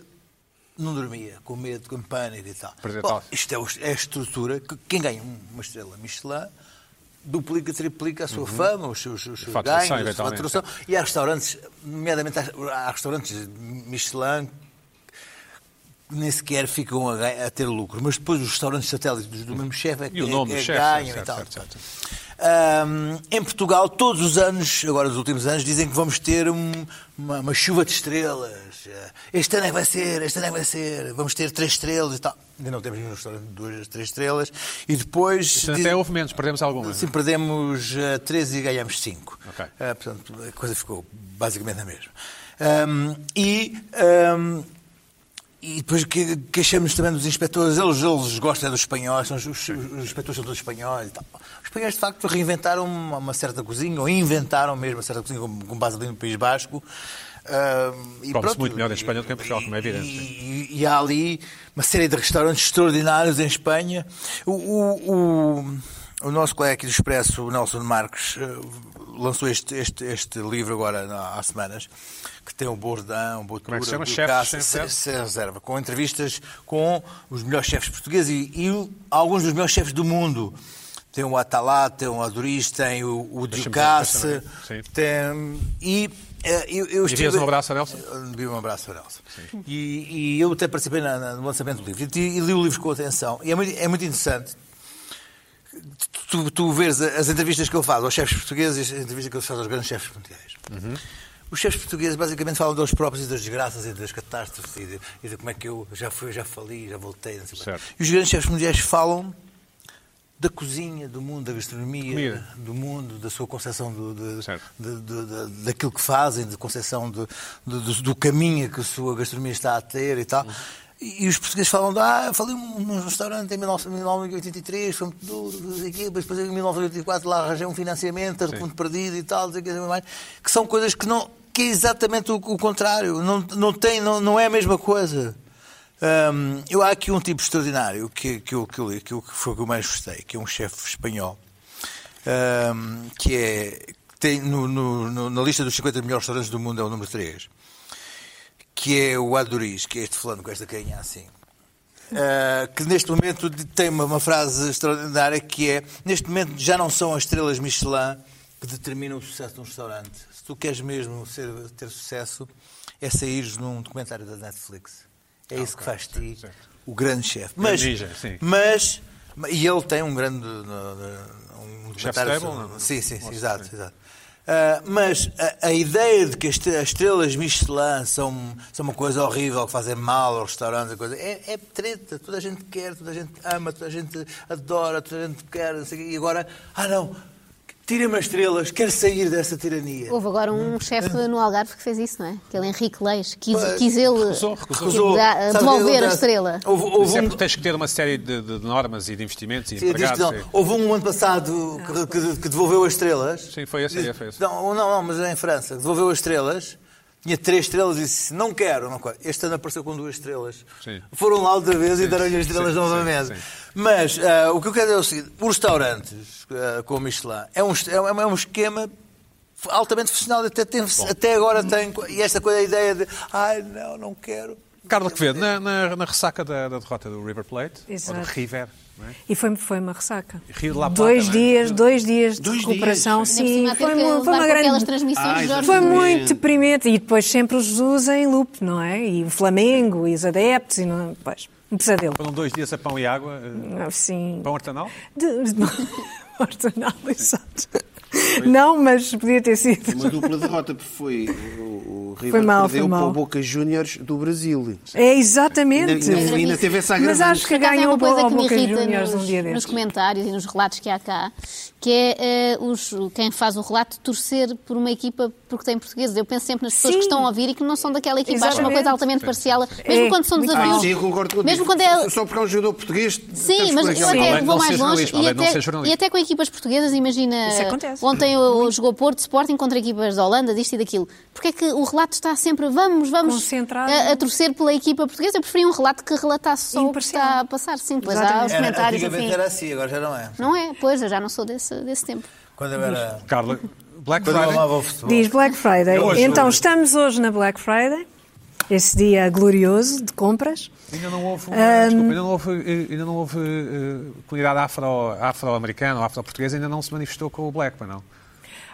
não dormia, com medo, com pânico e tal.
Perder
Bom,
tal.
isto é, o- é a estrutura que quem ganha uma estrela Michelin duplica, triplica a sua fama, os seus, os seus
Uhum. Faturação,
ganhos, a sua
eventualmente.
faturação. E há restaurantes, nomeadamente há- há restaurantes Michelin que nem sequer ficam a, ganha- a ter lucro, mas depois os restaurantes satélites do mesmo chefe é que
Uhum. E o nome
é,
do
que
chefe,
ganham
certo,
e tal.
certo, certo.
Ahm, em Portugal, todos os anos, agora nos últimos anos, dizem que vamos ter um- uma, uma chuva de estrelas. Ah, Este ano é que vai ser, este ano é que vai ser. Vamos ter três estrelas e tal. Ainda não temos nenhum restaurante de duas, três estrelas. E depois...
Portanto, é
dizem-
Até houve menos, perdemos algumas.
Sim, perdemos 13 e ganhamos 5.
Ok.
portanto, a coisa ficou basicamente a mesma. Ahm, e, ahm, e depois que, queixamos também dos inspectores, eles, eles gostam dos espanhóis, são os, os- os inspectores são todos espanhóis e tal. Os espanhóis, de facto, reinventaram uma, uma certa cozinha, ou inventaram mesmo uma certa cozinha com, com base ali no País Basco. Ahm,
Come-se
e pronto,
muito melhor em
e-
Espanha do que em Portugal, como é evidente,
e- e, e há ali uma série de restaurantes extraordinários em Espanha. O, o, o, o nosso colega aqui do Expresso, o Nelson Marques, eh, lançou este, este, este livro agora na- há semanas, que tem um o Bourdin, o Botura,
é que se chama?
o
Chefes
Picasso,
sem
se-
reserva?
sem reserva, com entrevistas com os melhores chefes portugueses e, e o- alguns dos melhores chefes do mundo. Tem o Atalá, tem o Aduriz, tem o,
Deixa-me
o
ver,
Ducasse,
deixa-me ver. Sim.
tem... E eh, eu, eu
Envias um abraço a Nelson?
Dei um abraço a Nelson. E, e eu até participei na- na- no lançamento do livro. E, ti- e li o livro com atenção. E é muito, é muito interessante. Tu, tu vês a- as entrevistas que ele faz aos chefes portugueses e as entrevistas que ele faz aos grandes chefes mundiais.
Uhum.
Os chefes portugueses basicamente falam deles próprios e das desgraças e das catástrofes e de, e de como é que eu já fui, já fali, já voltei. não sei o quê.
Certo.
E os grandes chefes mundiais falam da cozinha, do mundo, da gastronomia,
Comida.
do mundo, da sua concepção do, de-
Certo.
de- de- de- daquilo que fazem, da concepção de- de- do, do caminho que a sua gastronomia está a ter e tal. E, e os portugueses falam de, ah, falei num num restaurante em 19- 1983, foi muito duro, não sei o quê, mas depois em 1984 lá arranjei um financiamento, a fundo perdido e tal, não sei o quê, não sei mais, que são coisas que não que é exatamente o, o contrário, não, não, tem, não, não é a mesma coisa. Hum, eu há aqui um tipo extraordinário que, que, eu, que eu li, que, eu- que foi o que eu mais gostei, que é um chefe espanhol, hum, que é que tem no- no- no- na lista dos 50 melhores restaurantes do mundo é o número 3, que é o Aduriz, que é este fulano com esta carinha assim. Uh, que neste momento de- tem uma, uma frase extraordinária que é neste momento já não são as estrelas Michelin que determinam o sucesso de um restaurante. Se tu queres mesmo ser- ter sucesso, é saíres num documentário da Netflix. É isso que faz de ti o grande chefe. Mas,
ninja, sim.
mas e ele tem um grande uh, um documentário
Table,
sobre-
não? é?
Sim, sim, sim, exato, exato. Ah, mas a, a ideia de que as te- as estrelas Michelin são, são uma coisa horrível, que fazem mal aos restaurantes, a coisa, é, é treta. Toda a gente quer, toda a gente ama, toda a gente adora, toda a gente quer. não sei o quê. e agora, ah não, tira-me as estrelas, quero sair dessa tirania.
Houve agora um chefe no Algarve que fez isso, não é? Aquele Henrique Leis. Quis, quis ele
recusou, recusou.
Recusou.
dar-
Sabe o que
devolver a
acontece?
estrela.
Houve,
Mas
houve
é
um,
porque tens que ter uma série de, de normas e de investimentos e
Sim, diz que
empregados.
não.
e-
Houve um ano passado que, que- que devolveu as estrelas.
Sim, foi esse,
Diz-
foi esse.
Não, não, não, mas é em França. Devolveu as estrelas. Tinha três estrelas e disse, não quero, não quero. Este ano apareceu com duas estrelas.
Sim.
Foram lá outra vez e
Sim,
deram-lhe as estrelas
sim,
novamente.
sim, sim.
Mas ah, o que eu quero dizer é o seguinte. Os restaurantes ah, com o Michelin é um, est- é um- é um esquema altamente profissional. Até, tem- até agora tem... E esta coisa, a ideia de, ai, não, não quero.
Carla Quevedo, na, na, na ressaca da, da derrota do River Plate, ou
Exato.
do River, não é?
E foi, foi uma ressaca.
Rio de La Plata,
dois
não é?
dias, dois dias de
Dois
recuperação,
dias.
Ainda por
sim.
cima,
Foi,
ter
uma-
que
foi
levar
uma
com aquelas
grande.
transmissões
Ah,
de Jorge
Foi
Jesus.
muito deprimente. E depois sempre o Jesus em loop, não é? E o Flamengo, e os adeptos, e não. Pois, um pesadelo.
Foram dois dias a pão e água, eh,
Assim.
pão artesanal.
De... [LAUGHS] de- Arsenal, exato. Não, mas podia ter sido.
Uma dupla derrota, porque foi o, o River
mal, foi
perdeu para
mal.
o Boca Juniors do Brasil.
É
Ainda,
exatamente.
ainda, ainda teve essa
Mas
agravante.
acho que
Por acaso,
ganhou
é uma coisa
o
que me
Boca
irrita
Juniors
nos,
um dia
nos
destes.
comentários e nos relatos que há cá, que é eh, os, quem faz o relato torcer por uma equipa porque tem portugueses. Eu penso sempre nas pessoas
Sim.
que estão a ouvir e que não são daquela equipa. Acho uma
Exatamente.
coisa altamente parcial, mesmo
É,
quando são
muito
desafios.
Ah, sim, eu concordo contigo.
mesmo quando é
Só porque é um jogador português.
Sim,
temos
mas
que
eu
legal.
Além
até
de
vou
não ser
mais longe
jornalista,
e
além de não
até,
ser jornalista.
e até com equipas portuguesas, imagina.
Isso acontece. Uhum.
Ontem o, o jogou Porto, Sporting contra equipas da Holanda, disto e daquilo. Porque é que o relato está sempre vamos, vamos
Concentrado.
a, a torcer pela equipa portuguesa? Eu preferia um relato que relatasse só o que
Imparcial.
está a passar. Sim, pois há os
Exatamente.
Era,
comentários,
antigamente
enfim.
era assim, agora já não é.
Não é? Pois, eu já não sou desse, desse tempo.
Quando eu era...
Carla, Black
Quando eu
Friday.
amava o futebol.
Diz Black Friday.
Eu hoje-
então, estamos hoje na Black Friday, esse dia glorioso de compras.
Ainda não houve, uma- desculpa, ainda não houve, eh, ainda não houve eh, comunidade afro, afro-americana ou afro-portuguesa ainda não se manifestou com o Black, pois não?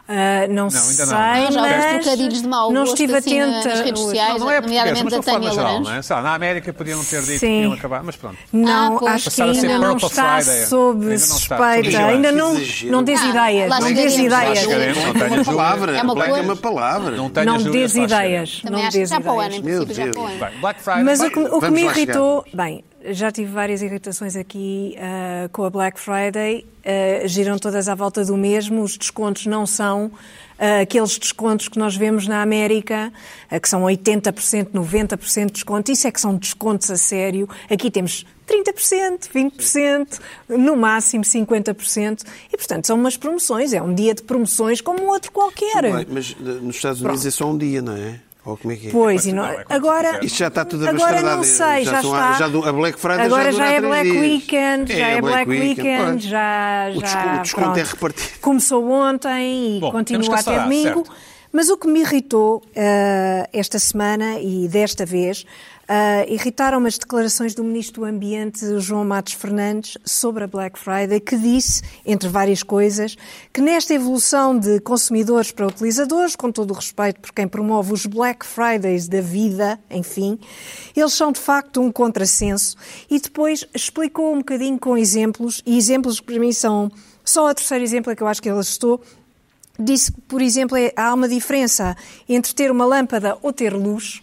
Ah, não,
ainda não.
sei,
Mas
já houve
mas
trocadilhos de mau
não
gosto,
estive
assim, na-
atenta
nas redes
hoje.
sociais.
Não,
Não é português,
nomeadamente
mas de uma
da
forma
Tânia
geral,
Lourenço.
não é? Sei lá, na América podiam ter dito
Sim.
que iam acabar, mas pronto.
Não,
Ah, pois.
acho que
Passaram a ser
ainda não
Purple
está
Friday.
sob
Ainda não está.
suspeita.
Tudo
Ainda
bem.
não, não dês
Ah,
ideias.
lá
Não dês
chegaremos, lá
ideias.
chegaremos.
Não
É
tenho
uma
dúvidas.
palavra.
É uma
Black
boa-
é uma palavra.
Não tenho
Não
as dúvidas
dês
que lá
ideias.
Também
Não
acho que
dês
já para o ano,
ideias.
em
Meu
princípio, já para o
Deus.
ano.
chegaremos. Bem, Black Friday.
Mas o que, o que
Vamos
me
lá
irritou, bem, já tive várias irritações aqui ah, com a Black Friday, ah, giram todas à volta do mesmo, os descontos não são ah, aqueles descontos que nós vemos na América, ah, que são 80%, 90% de desconto, isso é que são descontos a sério. Aqui temos 30%, 20%, no máximo 50%, e portanto são umas promoções, é um dia de promoções como um outro qualquer.
Bem, mas eh, nos Estados Unidos é só um dia, não é? Ou como é que é?
Pois, e não-
não, é como
agora.
quiser.
Isto já está tudo
Agora
abastardado.
não sei, já,
são-
está.
já do- a Black Friday já
agora
dura
já é
três
Black
dias.
Weekend, já é, Black Weekend,
pois.
já,
O
já-
desconto- o desconto é
pronto.
repartido.
Começou ontem e
Bom, temos que
continua até
acelerar,
domingo.
certo.
Mas o que me irritou eh, esta semana e desta vez eh, irritaram-me as declarações do Ministro do Ambiente, João Matos Fernandes, sobre a Black Friday, que disse, entre várias coisas, que nesta evolução de consumidores para utilizadores, com todo o respeito por quem promove os Black Fridays da vida, enfim, eles são de facto um contrassenso. E depois explicou um bocadinho com exemplos, e exemplos que para mim são. Só o terceiro exemplo é que eu acho que ele estou disse que, por exemplo, é- há uma diferença entre ter uma lâmpada ou ter luz,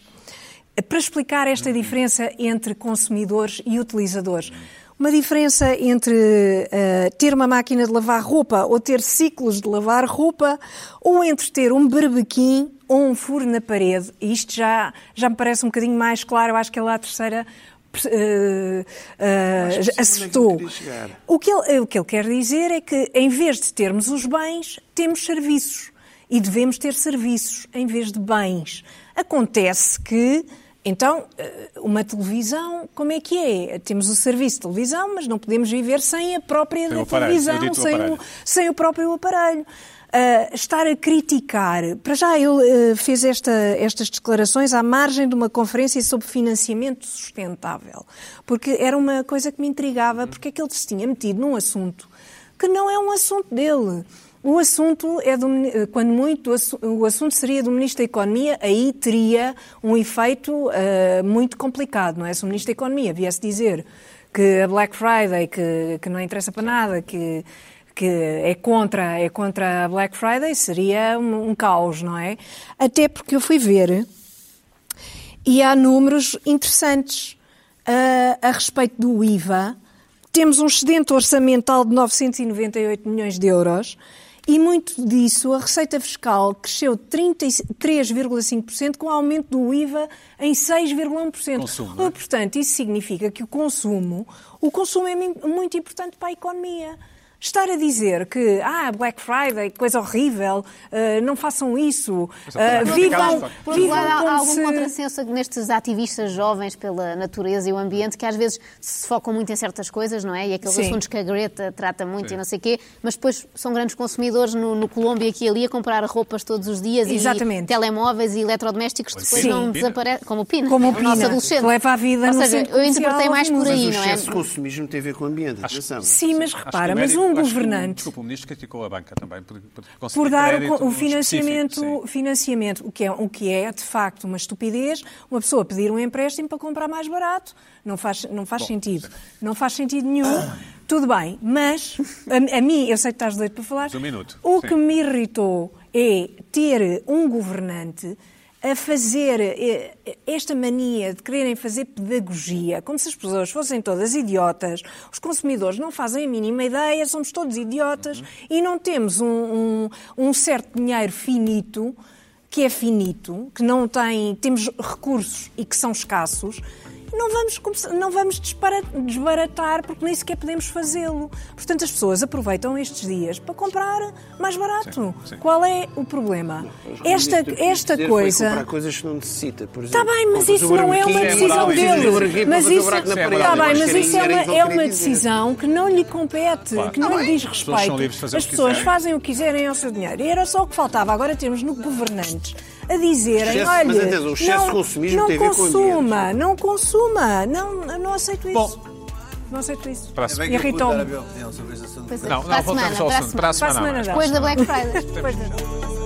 para explicar
Uhum.
esta diferença entre consumidores e utilizadores. Uma diferença entre eh, ter uma máquina de lavar roupa ou ter ciclos de lavar roupa, ou entre ter um barbequim ou um furo na parede. E isto já, já me parece um bocadinho mais claro, eu acho que é lá a terceira. eh, eh,
onde é
acertou.
que eu queria chegar.
O que, ele, o que ele quer dizer é que, em vez de termos os bens, temos serviços. E devemos ter serviços em vez de bens. Acontece que, então, eh, uma televisão, como é que é? Temos o serviço de televisão, mas não podemos viver sem a própria
Sem o
da
aparelho,
televisão,
sem o dito
sem,
aparelho.
o, sem o próprio aparelho. Ah, estar a criticar. Para já, ele eh, fez esta- estas declarações à margem de uma conferência sobre financiamento sustentável, porque era uma coisa que me intrigava, porque é que ele se tinha metido num assunto que não é um assunto dele. O assunto é, do, mini- eh, quando muito, o assu- o assunto seria do Ministro da Economia, aí teria um efeito ah, muito complicado, não é? Se o Ministro da Economia viesse dizer que a Black Friday, que, que não interessa para nada, que que é contra, é contra a Black Friday, seria um, um caos, não é? Até porque eu fui ver e há números interessantes ah, a respeito do IVA. Temos um excedente orçamental de 998 milhões de euros e muito disso a receita fiscal cresceu 33,5% com o aumento do IVA em 6,1%.
Consumo, não é?
Ou, Portanto, isso significa que o consumo, o consumo é mim- muito importante para a economia. Estar a dizer que, ah, Black Friday, coisa horrível, ah, não façam isso, ah,
por
vivam,
outro
Por outro
vivam
lado, há- há
como
algum
se-
contrassenso nestes ativistas jovens pela natureza e o ambiente que às vezes se focam muito em certas coisas, não é? E aqueles
Sim.
assuntos que a Greta trata muito e não sei o quê, mas depois são grandes consumidores no, no Colômbia aqui e ali a comprar roupas todos os dias
Exatamente.
e telemóveis e eletrodomésticos que depois
Sim.
não
Pina.
desaparecem, como o Pina,
Como o
o nosso
Pina,
adolescente.
que leva a vida
Ou
no
seja,
centro
eu interpretei
comercial
mais por
ouvindo
aí,
Mas o
não é?
excesso de consumismo tem a ver com o ambiente, atenção.
Sim, mas
Acho que
repara,
o
mas
mérito- acho que o-
um governante
Desculpa, o ministro criticou a banca também por, por conseguir
por dar o,
crédito
co- o
específico,
financiamento,
sim.
financiamento o, que é, o que é, de facto, uma estupidez, uma pessoa pedir um empréstimo para comprar mais barato. Não faz, não faz sentido. Não faz sentido nenhum. Tudo bem, mas a, a mim, eu sei que estás doido para falar.
Mas um minuto,
O
sim.
que me irritou é ter um governante a fazer eh, esta mania de quererem fazer pedagogia, como se as pessoas fossem todas idiotas, os consumidores não fazem a mínima ideia, somos todos idiotas e não temos um, um- um certo dinheiro finito, que é finito, que não tem, temos recursos e que são escassos, não vamos, começar- não vamos dispara- desbaratar porque nem sequer podemos fazê-lo. Portanto, as pessoas aproveitam estes dias para comprar mais barato.
Sim, sim.
Qual é o problema?
Mas o
Esta,
ministro quis
esta
dizer foi comprar
coisa.
coisas que não necessita, por exemplo.
Está Tá bem, mas
Compras
isso
o
não é uma
barbequim,
decisão
moral,
precisas do
dele.
barbequim para
Mas
um fazer o
isso,
buraco na
Isso é
parede.
tá
moral,
bem, mas
acho que
isso é
Era
uma,
que eu
é
queria
uma
dizer.
decisão que não lhe compete,
Claro.
que não lhe diz
pessoas são
respeito.
livres de fazer o
As
que
pessoas
quiserem.
fazem o que quiserem ao seu dinheiro. E era só o que faltava. Agora temos no governantes a dizerem,
Excesso- mas
olha,
atenção, o excesso de
não,
consumismo
não
tem a ver com o ambiente.
consuma, não consuma, não, não aceito isso.
Bom,
Não aceito isso.
Para a semana.
que eu vou
Irritou-me.
dar a minha opinião sobre esta saúde.
Pois é.
Não,
Para
não, é?
a semana,
voltamos ao
para a
assunto. Para a
semana.
semana. há mais.
Depois da Black Friday.
Pois não.